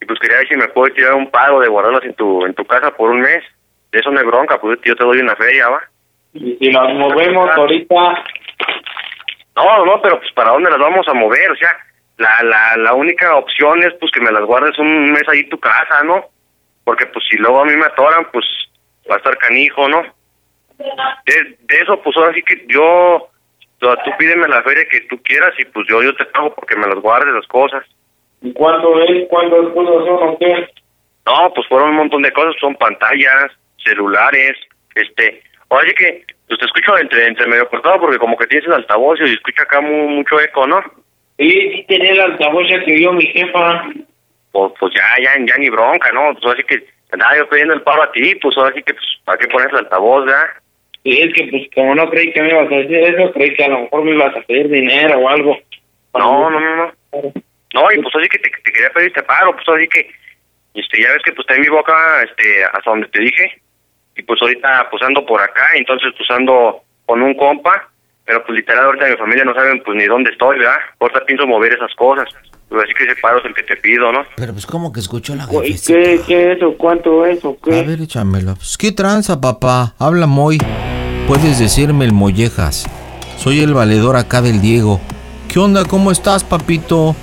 Y pues quería ver si me puedes tirar un pago de guardarlas en tu, en tu casa por un mes. De eso no hay bronca, pues yo te doy una feria, ¿va? Y si nos movemos ahorita, No, no, pero pues para dónde las vamos a mover, o sea, la, la, la única opción es pues que me las guardes un mes ahí en tu casa, ¿no? Porque pues si luego a mí me atoran, pues va a estar canijo, ¿no? De, de eso, pues ahora sí que yo, tú tú pídeme la feria que tú quieras y pues yo, yo te pago porque me las guardes las cosas. ¿y cuándo es? ¿Cuándo puedo hacer o qué? No, pues fueron un montón de cosas, son pantallas, celulares, este, oye que, pues te escucho entre, entre medio cortado porque como que tienes el altavoz y escucha acá mu- mucho eco, ¿no? Sí, sí tenía la altavoz ya que vio mi jefa. Pues, pues ya, ya, ya ni bronca, ¿no? Pues ahora sí que, andaba yo pidiendo el paro a ti, pues ahora sí que, pues, ¿para qué pones el altavoz, ya? Y es que, pues, como no creí que me ibas a decir eso, creí que a lo mejor me ibas a pedir dinero o algo. No, no, no, no. No, y pues así que te, te quería pedir este paro, pues así que, este, ya ves que pues está en mi boca, este, hasta donde te dije, y pues ahorita pues ando por acá, entonces pues ando con un compa, pero pues literal ahorita mi familia no saben pues ni dónde estoy, ¿verdad? Ahorita pienso mover esas cosas, pues así que ese paro es el que te pido, ¿no? Pero pues como que escuchó la ¿Y qué, qué es o cuánto es o A qué? ver, échamela. Pues, ¿Qué tranza, papá? Habla muy. Puedes decirme el mollejas. Soy el valedor acá del Diego. ¿Qué onda? ¿Cómo estás, papito?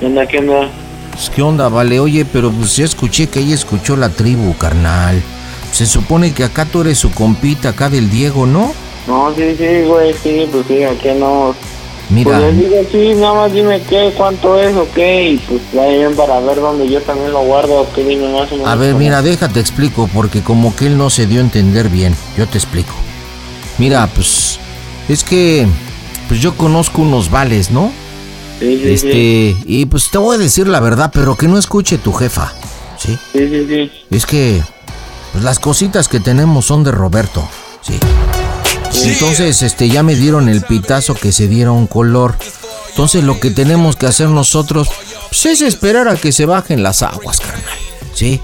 ¿Qué onda, qué onda? Pues, ¿Qué onda, vale? Oye, pero pues ya escuché que ella escuchó la tribu, carnal. Se supone que acá tú eres su compita acá del Diego, ¿no? No, sí, sí, güey, sí, pues sí, ¿a qué no? Mira. Pues yo digo, sí, nada más dime qué, cuánto es o qué, y pues ya bien para ver dónde yo también lo guardo, o qué dime más o menos. A ver, mira, déjate explico, porque como que él no se dio a entender bien. Yo te explico. Mira, pues es que pues yo conozco unos vales, ¿no? Sí, sí, sí, Este, y pues te voy a decir la verdad, pero que no escuche tu jefa, ¿sí? sí, sí, sí. Es que pues las cositas que tenemos son de Roberto, ¿sí? Entonces, este, ya me dieron el pitazo que se diera un color. Entonces, lo que tenemos que hacer nosotros pues, es esperar a que se bajen las aguas, carnal, ¿sí?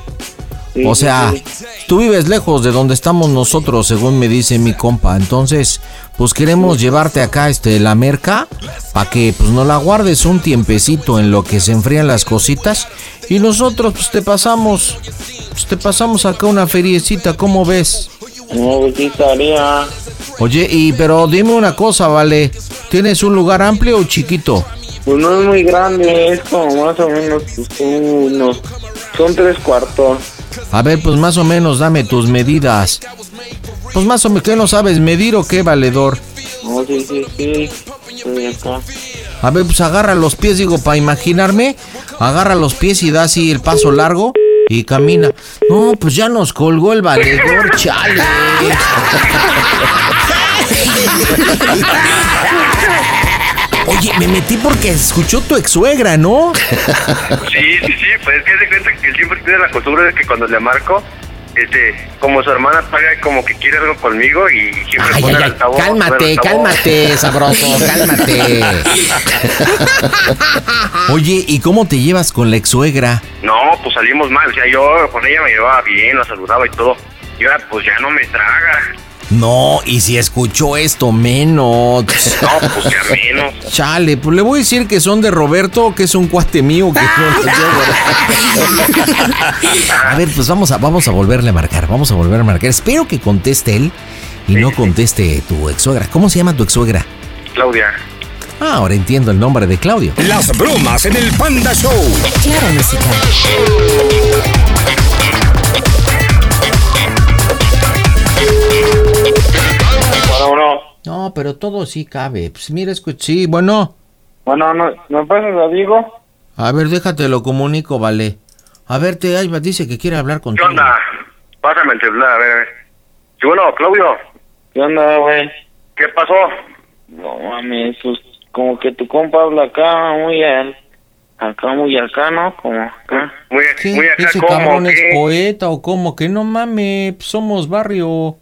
Sí, O sí, sea, sí. tú vives lejos de donde estamos nosotros, según me dice mi compa. Entonces, pues queremos llevarte acá este la merca para que pues no la guardes un tiempecito en lo que se enfrían las cositas y nosotros pues te pasamos pues, te pasamos acá una feriecita, ¿cómo ves? No, pues sí estaría. Oye, y pero dime una cosa, vale, ¿tienes un lugar amplio o chiquito? Pues no es muy grande, es como más o menos pues, unos. Son tres cuartos. A ver, pues más o menos dame tus medidas. Pues más o menos, ¿qué no sabes medir o qué, valedor? No, sí, sí, sí. Estoy acá. A ver, pues agarra los pies, digo, para imaginarme. Agarra los pies y da así el paso largo y camina. No, pues ya nos colgó el valedor, chale. Oye, me metí porque escuchó tu ex suegra, ¿no? Sí, sí, sí, pues es que se cuenta que él siempre tiene la costumbre de que cuando le marco, este, como su hermana paga como que quiere algo conmigo y siempre Ay, pone ay, el ay, altavoz, pone cálmate, el altavoz. cálmate, sabroso, cálmate. Oye, ¿y cómo te llevas con la ex suegra? No, pues salimos mal, o sea, yo con ella me llevaba bien, la saludaba y todo. Y ahora pues ya no me traga. No, y si escuchó esto, menos. No, pues ya menos. Chale, pues le voy a decir que son de Roberto, que es un cuate mío, que no- A ver, pues vamos a, vamos a volverle a marcar, vamos a volver a marcar. Espero que conteste él y no conteste tu ex suegra. ¿Cómo se llama tu ex suegra? Claudia. Ah, ahora entiendo el nombre de Claudio. Las bromas en el Panda Show. Claro, música. Bueno, bueno. No, pero todo sí cabe. Pues mira, escucha. Sí, bueno. Bueno, no, ¿me pasas a Diego? A ver, déjate, lo comunico, vale. A ver, te Alba dice que quiere hablar ¿Qué contigo. onda? Pásame el celular, a ver, a ver. Sí, bueno, Claudio. ¿Qué onda, güey? ¿Qué pasó? No mames, pues como que tu compa habla acá, muy al- acá, muy acá, ¿no? Como acá. Muy, ¿Qué? ¿Ese cabrón es poeta o cómo? Que no mames, somos barrio.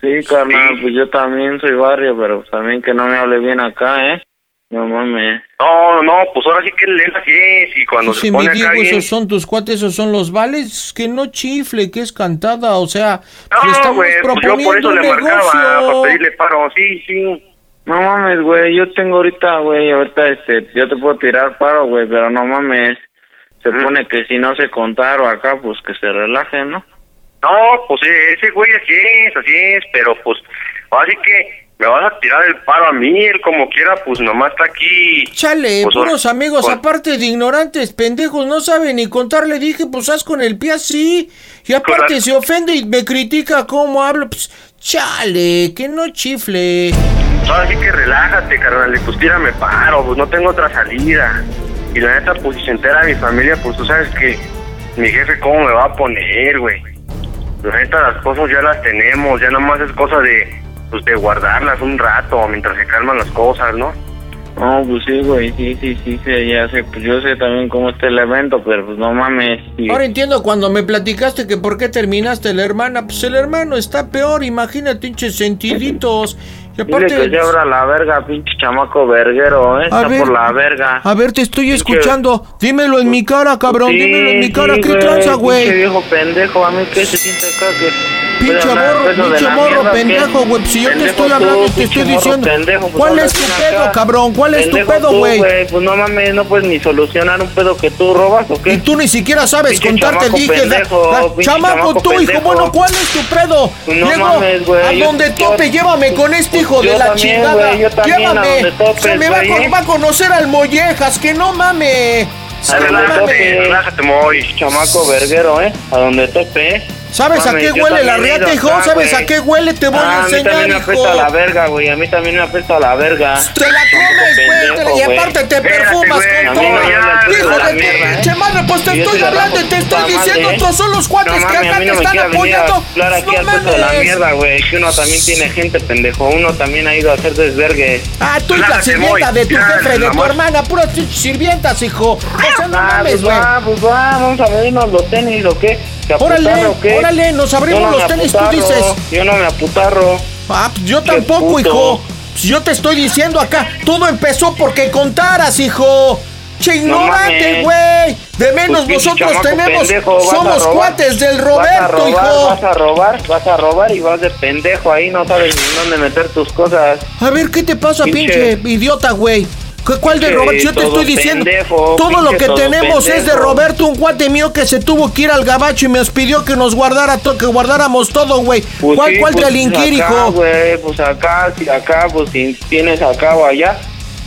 Sí, carnal, pues yo también soy barrio, pero pues también que no me hable bien acá, ¿eh? No mames. No, no, pues ahora sí que le así es y cuando Dice se Pues mi pone Diego, acá bien... esos son tus cuates, esos son los vales. Que no chifle, que es cantada. O sea, le No, estamos güey, pues yo por proponiendo eso un le marcaba, para negocio. pedirle paro, sí, sí. No mames, güey, yo tengo ahorita, güey, ahorita este, yo te puedo tirar paro, güey, pero no mames. Se pone que si no se contaron acá, pues que se relajen, ¿no? No, pues ese güey así es, así es, pero pues ahora sí que me vas a tirar el paro a mí, él como quiera, pues nomás está aquí. Chale, Pues, puros ahora- amigos, pues, aparte de ignorantes, pendejos, no saben ni contar. Le dije, pues haz con el pie así. Y aparte se ofende y me critica cómo hablo. Pues, chale, que no chifle. Ahora sí que relájate, carnal, y pues tírame paro, pues no tengo otra salida. Y la neta, pues si se entera mi familia, pues tú sabes que mi jefe cómo me va a poner, güey. La neta, las cosas ya las tenemos, ya nomás es cosa de, pues, de guardarlas un rato mientras se calman las cosas, ¿no? No, pues sí, güey, sí, sí, sí, sí, ya sé, pues yo sé también cómo está el evento, pero pues no mames. sí. Ahora entiendo cuando me platicaste que por qué terminaste la hermana. Pues el hermano está peor, imagínate, hinches sentiditos. Y Dile que aparte. se abra la verga, pinche chamaco verguero, ¿eh? A Está ver. por la verga. A ver, te estoy escuchando. Dímelo en mi Pues, cara, cabrón. Sí, Dímelo en mi sí, cara. ¿Qué tranza, Pinche güey? viejo pendejo, a mí que se siente acá que... Pinche Voy a hablar morro, peso de pinche la morro, mierda, ¿qué? pendejo, güey. pues, Si yo te Pendejo estoy tú, hablando, te pinche estoy morro diciendo. pendejo, pues, ¿Cuál no es tu hablas pedo, acá. cabrón? ¿Cuál es tu Pendejo pedo, tú, güey? Pues no mames, no puedes ni solucionar un pedo que tú robas, ¿o qué? Y tú ni siquiera sabes Pinche contarte, chamaco dije. pendejo, la- pinche chamaco, chamaco tú, hijo, pendejo. bueno, ¿cuál es tu predo? No Luego, mames, güey, a yo- donde yo- tope, llévame con este hijo yo de la también, chingada. güey, yo también, llévame. a donde topes, Se me va, a güey. con- va a conocer al mollejas, que no mame. Se A me donde va a- tope, relájate, Moy. Chamaco verguero, ¿eh? A donde tope, ¿eh? ¿Sabes a Mames, qué yo huele la también he ido riata, hijo? acá, ¿Sabes güey. a qué huele? Te voy Ah, a enseñar, mí también me hijo. apesta a la verga, güey. A mí también me apesta a la verga. Te la comes, güey. te la- Y aparte te perfumas con todo. Hijo de tu pinche madre, pues te ¿eh? Yo soy estoy la hablando y gran te estoy puta madre, diciendo, ¿eh? estos son los cuates No que mames, a acá mí te no me están quieras venir a apoyando. hablar aquí al puesto de la mierda, güey. Que uno también tiene gente, pendejo. Uno también ha ido a hacer desvergue. Ah, tú y la Relájate, sirvienta voy. de tu Ya, jefe, de tu mamá. hermana, puras pinches sirvientas, hijo. O sea, no Ah, mames, pues güey. va, pues va, vamos a vernos los tenis o qué. ¿Te Órale, aputarro o qué? órale, nos abrimos Yo no los me tenis, tú aputarro, dices. Yo no me aputarro. Ah, pues yo tampoco, puto. hijo. Pues Yo te estoy diciendo acá, todo empezó porque contaras, hijo. Che ignorante, mames. güey. De menos Pues, pinche nosotros chamaco tenemos, pendejo, vas a somos robar, cuates del vas a Roberto, robar, hijo. Vas a robar, vas a robar y vas de pendejo ahí, no sabes ni dónde meter tus cosas. A ver, ¿qué te pasa, pinche, Pinche- idiota, güey? ¿Cu- ¿Cuál de Pinche Roberto? Yo te todo estoy diciendo. pendejo, todo lo pinche que todo tenemos es de pendejo. Roberto, un cuate mío que se tuvo que ir al gabacho y me nos pidió que nos guardara to- que guardáramos todo, güey. Pues ¿Cuál, sí, cuál pues, delinquir, acá, hijo? güey, pues acá, si acá, pues si tienes acá o allá,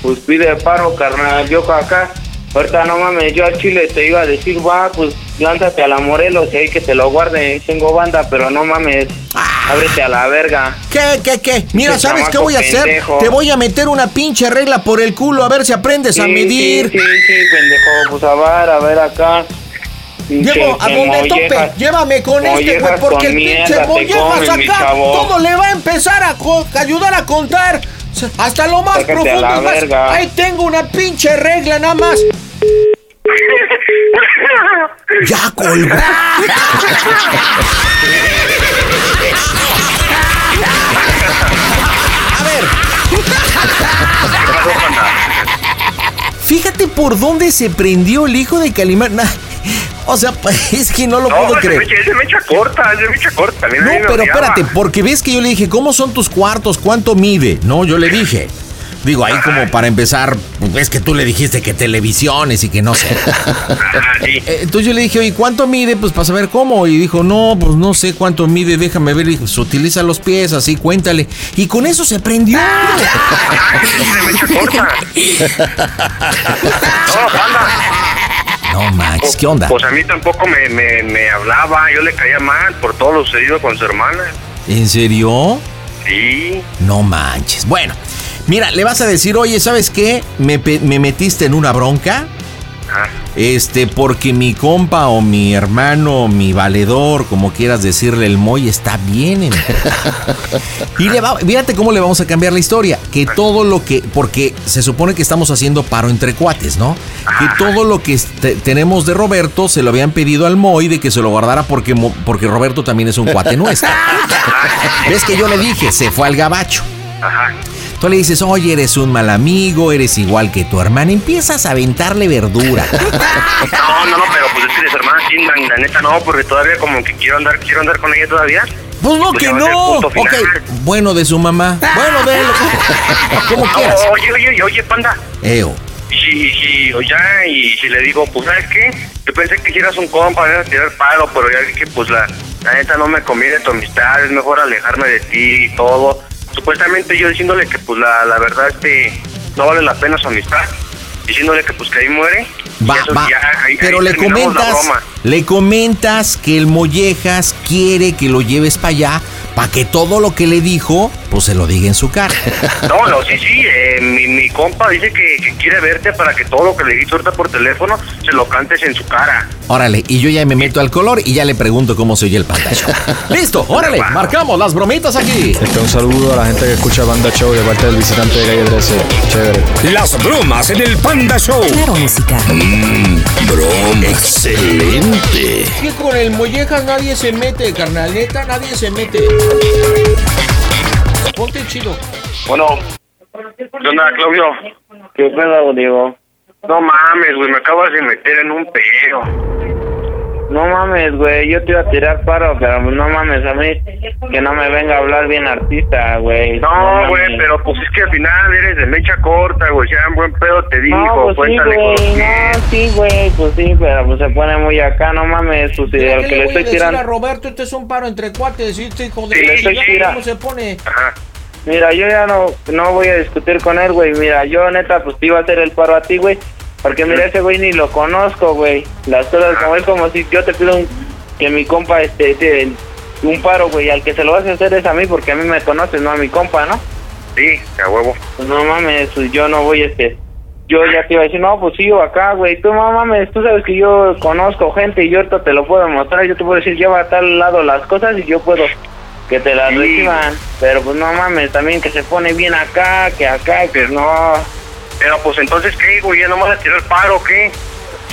pues pide paro, carnal, yo acá. Ahorita no mames, yo al Chile te iba a decir, va, pues lánzate a la Morelos y ahí que te lo guarden, tengo banda, pero no mames, Ah. ábrete a la verga. ¿Qué, qué, qué? Mira, Ese ¿sabes qué chamaco voy a hacer? pendejo. Te voy a meter una pinche regla por el culo a ver si aprendes a Sí, medir. Sí, sí, sí, pendejo, pues a ver, a ver acá. Llevo a donde tope, llévame con este, güey, porque el pinche mollejas acá todo le va a empezar a co- a ayudar a contar. Se- Hasta lo más Sácate a profundo. la es más, verga. ahí tengo una pinche regla nada más. Ya colgó. Fíjate por dónde se prendió el hijo de Calimán. Nah, O sea, pues, es que no lo No, puedo es de creer. mecha, es de mecha corta, es de mecha corta. También No, a mí me pero odiaba. espérate, porque ves que yo le dije, ¿cómo son tus cuartos? ¿Cuánto mide? No, yo le dije. Digo, ahí como para empezar, ves que tú le dijiste que televisiones y que no sé. Eh, Entonces yo le dije, oye, ¿cuánto mide? Pues para saber cómo. Y dijo, no, pues no sé cuánto mide, déjame ver. Y dijo, se utiliza los pies, así, cuéntale. Y con eso se prendió. Ah. No, Max, ¿qué onda? Pues a mí tampoco me, me, me hablaba, yo le caía mal por todo lo sucedido con su hermana. ¿En serio? Sí. No manches. Bueno, mira, le vas a decir, oye, ¿sabes qué? Me, pe- me metiste en una bronca. Este, porque mi compa o mi hermano, o mi valedor, como quieras decirle, el moy está bien. en- y le va- fíjate cómo le vamos a cambiar la historia. Que todo lo que, porque se supone que estamos haciendo paro entre cuates, ¿no? Que todo lo que este- tenemos de Roberto se lo habían pedido al moy de que se lo guardara porque, mo- porque Roberto también es un cuate nuestro. ¿Ves que yo le dije? Se fue al gabacho. Tú le dices, oye, eres un mal amigo, eres igual que tu hermana. Empiezas a aventarle verdura. No, no, no, pero pues es que las hermanas sí, la, la neta no, porque todavía como que quiero andar, quiero andar con ella todavía. Pues no, Pues que ya va a ser no. punto Ok, final. bueno de su mamá. Bueno de él. Como No, quieras. Ah, Oye, oye, oye, panda. Eo. Y si, y si- o ya, y si le digo, pues, ¿sabes qué? Yo pensé que eras un compa, me ibas a tirar palo, pero ya vi que, pues, la, la neta no me conviene tu amistad, es mejor alejarme de ti y todo. Supuestamente yo diciéndole que, pues, la, la verdad, este, no vale la pena su amistad. Diciéndole que, pues, que ahí muere. Va, Y eso va. ya, ahí- ahí Pero le terminamos la comentas, broma. le comentas que el mollejas quiere que lo lleves para allá para que todo lo que le dijo, pues se lo diga en su cara. No, no, sí, sí, eh, mi, mi compa dice que, que quiere verte para que todo lo que le dijiste ahorita por teléfono se lo cantes en su cara. Órale, y yo ya me meto al color y ya le pregunto cómo se oye el pantallo. Listo, órale, marcamos las bromitas aquí. Este, un saludo a la gente que escucha Banda Show de parte del visitante de calle 13. Chévere. Las bromas en el Panda Show. Claro, música. Mmm, broma. Excelente. Que con el mollejas nadie se mete, carnaleta, nadie se mete. Ponte chido. Bueno, ¿qué onda, Claudio? ¿Qué pedo, Diego? No mames, güey, me acabas de meter en un pedo. No mames, güey, yo te iba a tirar paro, pero no mames a mí que no me venga a hablar bien artista, güey. No, mames. güey, pero pues es que al final eres de mecha corta, güey, ya en buen pedo te digo, No, pues sí, cuéntale con güey, los pies. no, sí, güey, pues sí, pero pues se pone muy acá, no mames, pues sí, al que le estoy tirando. Roberto, este es un paro entre cuates, este hijo de- Sí, ya sí, ves mira. cómo se pone? Mira, yo ya no, no voy a discutir con él, güey, mira, yo neta, pues te iba a hacer el paro a ti, güey, porque mira, ese güey ni lo conozco, güey, las cosas como es como si yo te pido un- que mi compa, este, te- un paro, güey, al que se lo vas a hacer es a mí, porque a mí me conoces, no a mi compa, ¿no? Sí, a huevo. Pues no mames, pues yo no voy este. Yo ya te iba a decir, no, pues sigo acá, güey. Tú no mames, tú sabes que yo conozco gente y yo ahorita te lo puedo mostrar. Yo te puedo decir, lleva a tal lado las cosas y yo puedo que te las Sí. reciban. Pero pues no mames, también que se pone bien acá, que acá, que no. Pero pues entonces, ¿qué, güey? ¿Ya no vas a tirar paro, qué?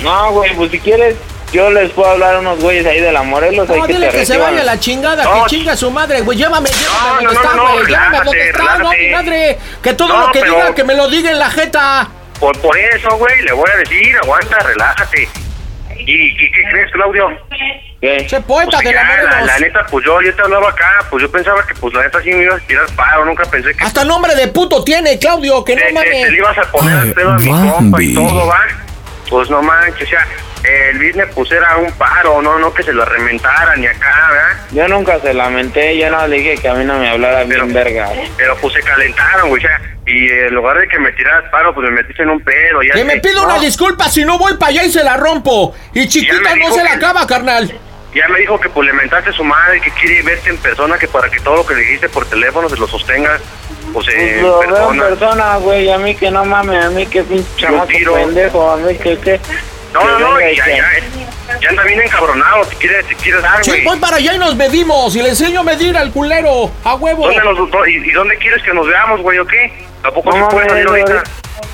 No, güey, pues si quieres, yo les puedo hablar a unos güeyes ahí de la Morelos. ahí No, que dile te que se reciban. vaya a la chingada, No, que chinga su madre, güey. Llévame, llévame no, donde no, está, no, güey. Llévame donde relájate, está, no, mi relájate. madre. Que todo No, lo que pero- diga, que me lo diga en la jeta. Por, por eso, güey, le voy a decir, aguanta, relájate. ¿Y, y qué crees, Claudio? Se poeta Pues de la ya, la, Morelos. la neta, pues yo, yo te hablaba acá, pues yo pensaba que pues la neta sí me ibas a tirar paro, nunca pensé que Hasta nombre de puto tiene, Claudio, que te, no te- te mames. le ibas a poner al pedo a mi compa y todo, va. Pues no manches, o sea, el business pues era un paro, no, no que se lo reventaran ni acá, ¿verdad? Yo nunca se lamenté, yo no le dije que a mí no me hablara bien verga. Pero pues se calentaron, güey, o sea, y eh, en lugar de que me tiraras paro, pues me metiste en un pedo. Ya Que me sé, pida no. una disculpa si no voy para allá y se la rompo. Y Ya chiquita me no dijo se la que- acaba, carnal. Ya me dijo que pues le mentaste a su madre, que quiere verte en persona, que para que todo lo que le dijiste por teléfono se lo sostenga, pues Pues en lo veo en persona. persona, güey, a mí que no mames, a mí que pinche chamaco tiro. pendejo, a mí que qué. No, que no, no, venga y ya, que- ya, eh, ya anda bien encabronado, te quiere, te quiere dar, Sí, pues, güey. voy para allá y nos medimos. Y le enseño a medir al culero. A huevo. ¿Dónde nos- do- y, y dónde quieres que nos veamos, güey, o qué? Tampoco No se puede mames, salir ahorita. ahorita-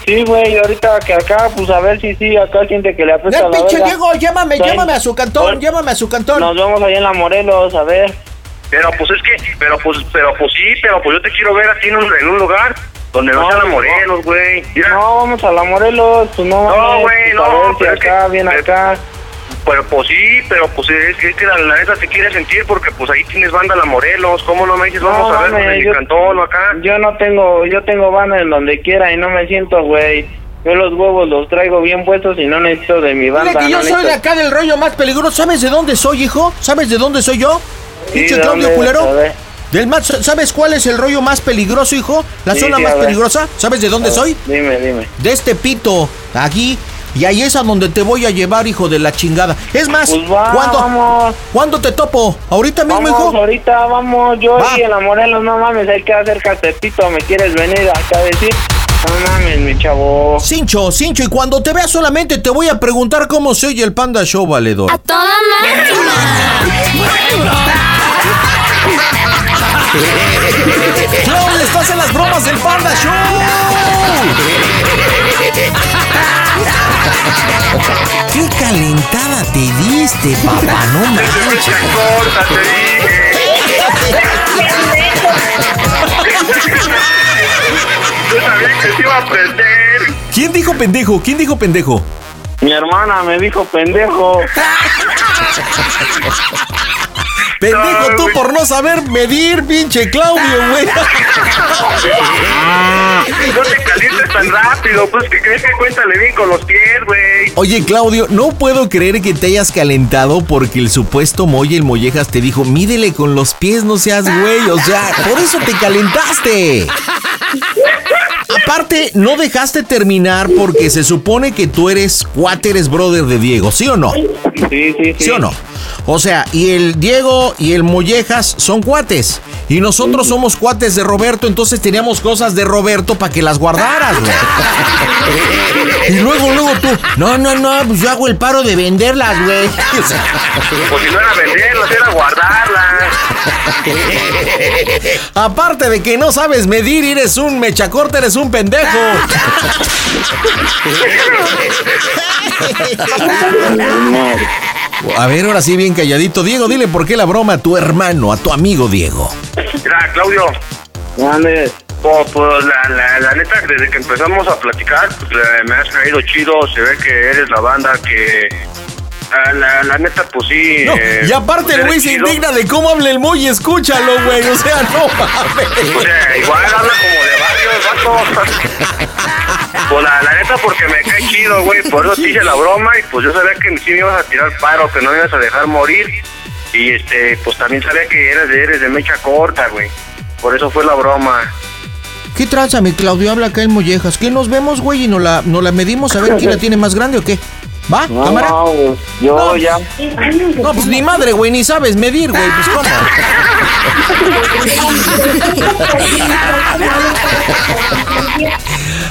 Sí, güey, ahorita que acá, pues a ver si sí, acá siente que le apesta Ya, la pinche verga. Diego, llévame, Traen- llévame a su cantón, llévame a su cantón. Nos vemos ahí en la Morelos, a ver. Pero pues es que, pero pues, pero pues sí, pero pues yo te quiero ver así en un, en un lugar donde no, No, sean no. morenos, güey. Mira, No, vamos a la Morelos, pues no No, mames, güey, pues, a no, ver si pero es acá, bien acá. Pero pues sí, pero pues es, es que la, la neta te quiere sentir porque pues ahí tienes banda La Morelos, ¿cómo no me dices? Vamos No, a ver, mame, pues, en yo- el cantón o acá. Yo no tengo, yo tengo banda en donde quiera y no me siento, güey. Yo los huevos los traigo bien puestos y no necesito de mi banda. Mira que no yo soy necesito- de acá del rollo más peligroso. ¿Sabes de dónde soy, hijo? ¿Sabes de dónde soy yo? Sí, Pinche ¿de Claudio dónde culero. eres? A ver. Del más, ¿Sabes cuál es el rollo más peligroso, hijo? ¿La Sí, zona sí, más a ver. peligrosa? ¿Sabes de dónde A ver, soy? Dime, dime. De este pito, aquí. Y ahí es a donde te voy a llevar, hijo de la chingada. Es más, Pues va, ¿cuándo, vamos. ¿cuándo te topo? ¿Ahorita mismo, Vamos, hijo? ahorita vamos, yo Va. y el Morelos, no mames, hay que hacer catepito, ¿me quieres venir acá a decir? No mames, mi chavo. Cincho, cincho, y cuando te vea solamente te voy a preguntar cómo se oye el Panda Show, valedor. Toda ¡Claudio, estás en las bromas del Panda máquina. ¡Qué calentada te diste, papá! ¡No manches! Yo sabía que te iba a aprender. ¿Quién dijo pendejo? ¿Quién dijo pendejo? Mi hermana me dijo pendejo. Pendejo tú por no saber medir, pinche Claudio, güey. No te calientes tan rápido, pues que crees que cuéntale bien con los pies, güey. Oye, Claudio, no puedo creer que te hayas calentado porque el supuesto Moy el Mollejas te dijo, mídele con los pies, no seas güey. O sea, por eso te calentaste. Aparte, no dejaste terminar porque se supone que tú eres cuate, eres brother de Diego, ¿sí o no? Sí, sí, ¿Sí o no? O sea, y el Diego y el Mollejas son cuates. Y nosotros somos cuates de Roberto, entonces teníamos cosas de Roberto para que las guardaras, güey. Y luego, luego tú, no, no, no, pues yo hago el paro de venderlas, güey. O sea, Pues si no era venderlas, era guardarlas. aparte de que no sabes medir, eres un mechacorte, eres un pendejo. A ver, ahora sí, bien calladito. Diego, dile por qué la broma a tu hermano, a tu amigo Diego. Mira, Claudio. Oh, pues la, la, la neta, desde que empezamos a platicar, pues, eh, me has caído chido. Se ve que eres la banda que. ah, La, la neta, pues sí. No, eh, y aparte pues, el eres güey se chido. indigna de cómo habla el Moy, escúchalo, güey. O sea, no mames. O sea, igual habla como de varios, vato. Pues la, la neta, porque me cae chido, güey. Por eso te hice la broma y pues yo sabía que sí me ibas a tirar paro, que no me ibas a dejar morir. Y este, pues también sabía que eres de, eres de mecha corta, güey. Por eso fue la broma. ¿Qué tranza, mi Claudio? Habla acá el Mollejas. ¿Qué nos vemos, güey? ¿Y nos la, nos la medimos a ver quién la tiene más grande o qué? ¿Va? No, ¿Cámara? no, güey, yo No, ya. No, pues ni madre, güey, ni sabes medir, güey. Pues cómo.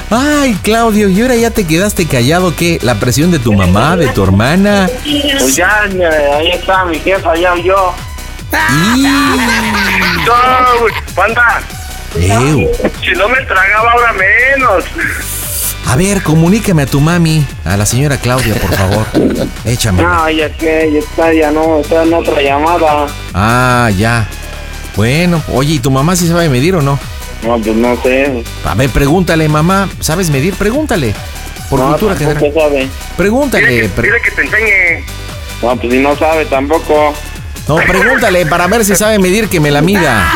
Ay, Claudio, y ahora ya te quedaste callado, ¿qué? La presión de tu mamá, de tu hermana. Pues ya, eh, ahí está mi jefa, ya yo. No, güey, banda. Ew. Si no me tragaba ahora menos. A ver, comunícame a tu mami, a la señora Claudia, por favor. Échame. No, ya que, ya está, ya no, está en otra llamada. Ah, ya. Bueno, oye, ¿y tu mamá sí sabe medir o no? No, pues no sé. A ver, pregúntale, mamá. ¿Sabes medir? Pregúntale. Por no, cultura tampoco general. sabe. Pregúntale. pre- Dile que te enseñe. No, pues si no sabe tampoco. no, pregúntale para ver si sabe medir que me la mida.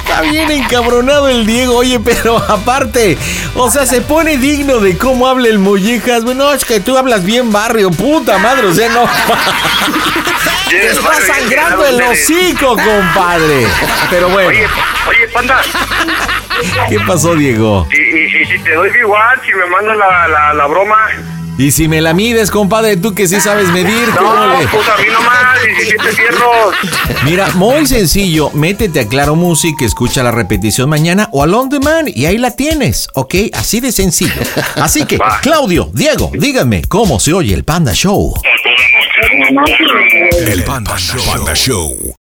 Está bien encabronado el Diego, oye, pero aparte, o sea, se pone digno de cómo habla el Mollejas. Bueno, es que tú hablas bien barrio, puta madre, o sea, no. Te está sangrando el hocico, compadre. Pero bueno, Oye, panda. ¿qué pasó, Diego? Y, y- y si te doy igual, si me mandas la, la, la broma. Y si me la mides, compadre, tú que sí sabes medir, ¿cómo No, le? pues a mí nomás, 17 fierros. Mira, muy sencillo, métete a Claro Music, escucha la repetición mañana o al On Demand y ahí la tienes, ¿ok? Así de sencillo. Así que, Claudio, Diego, díganme, ¿cómo se oye el Panda Show? El Panda Show. Panda Show.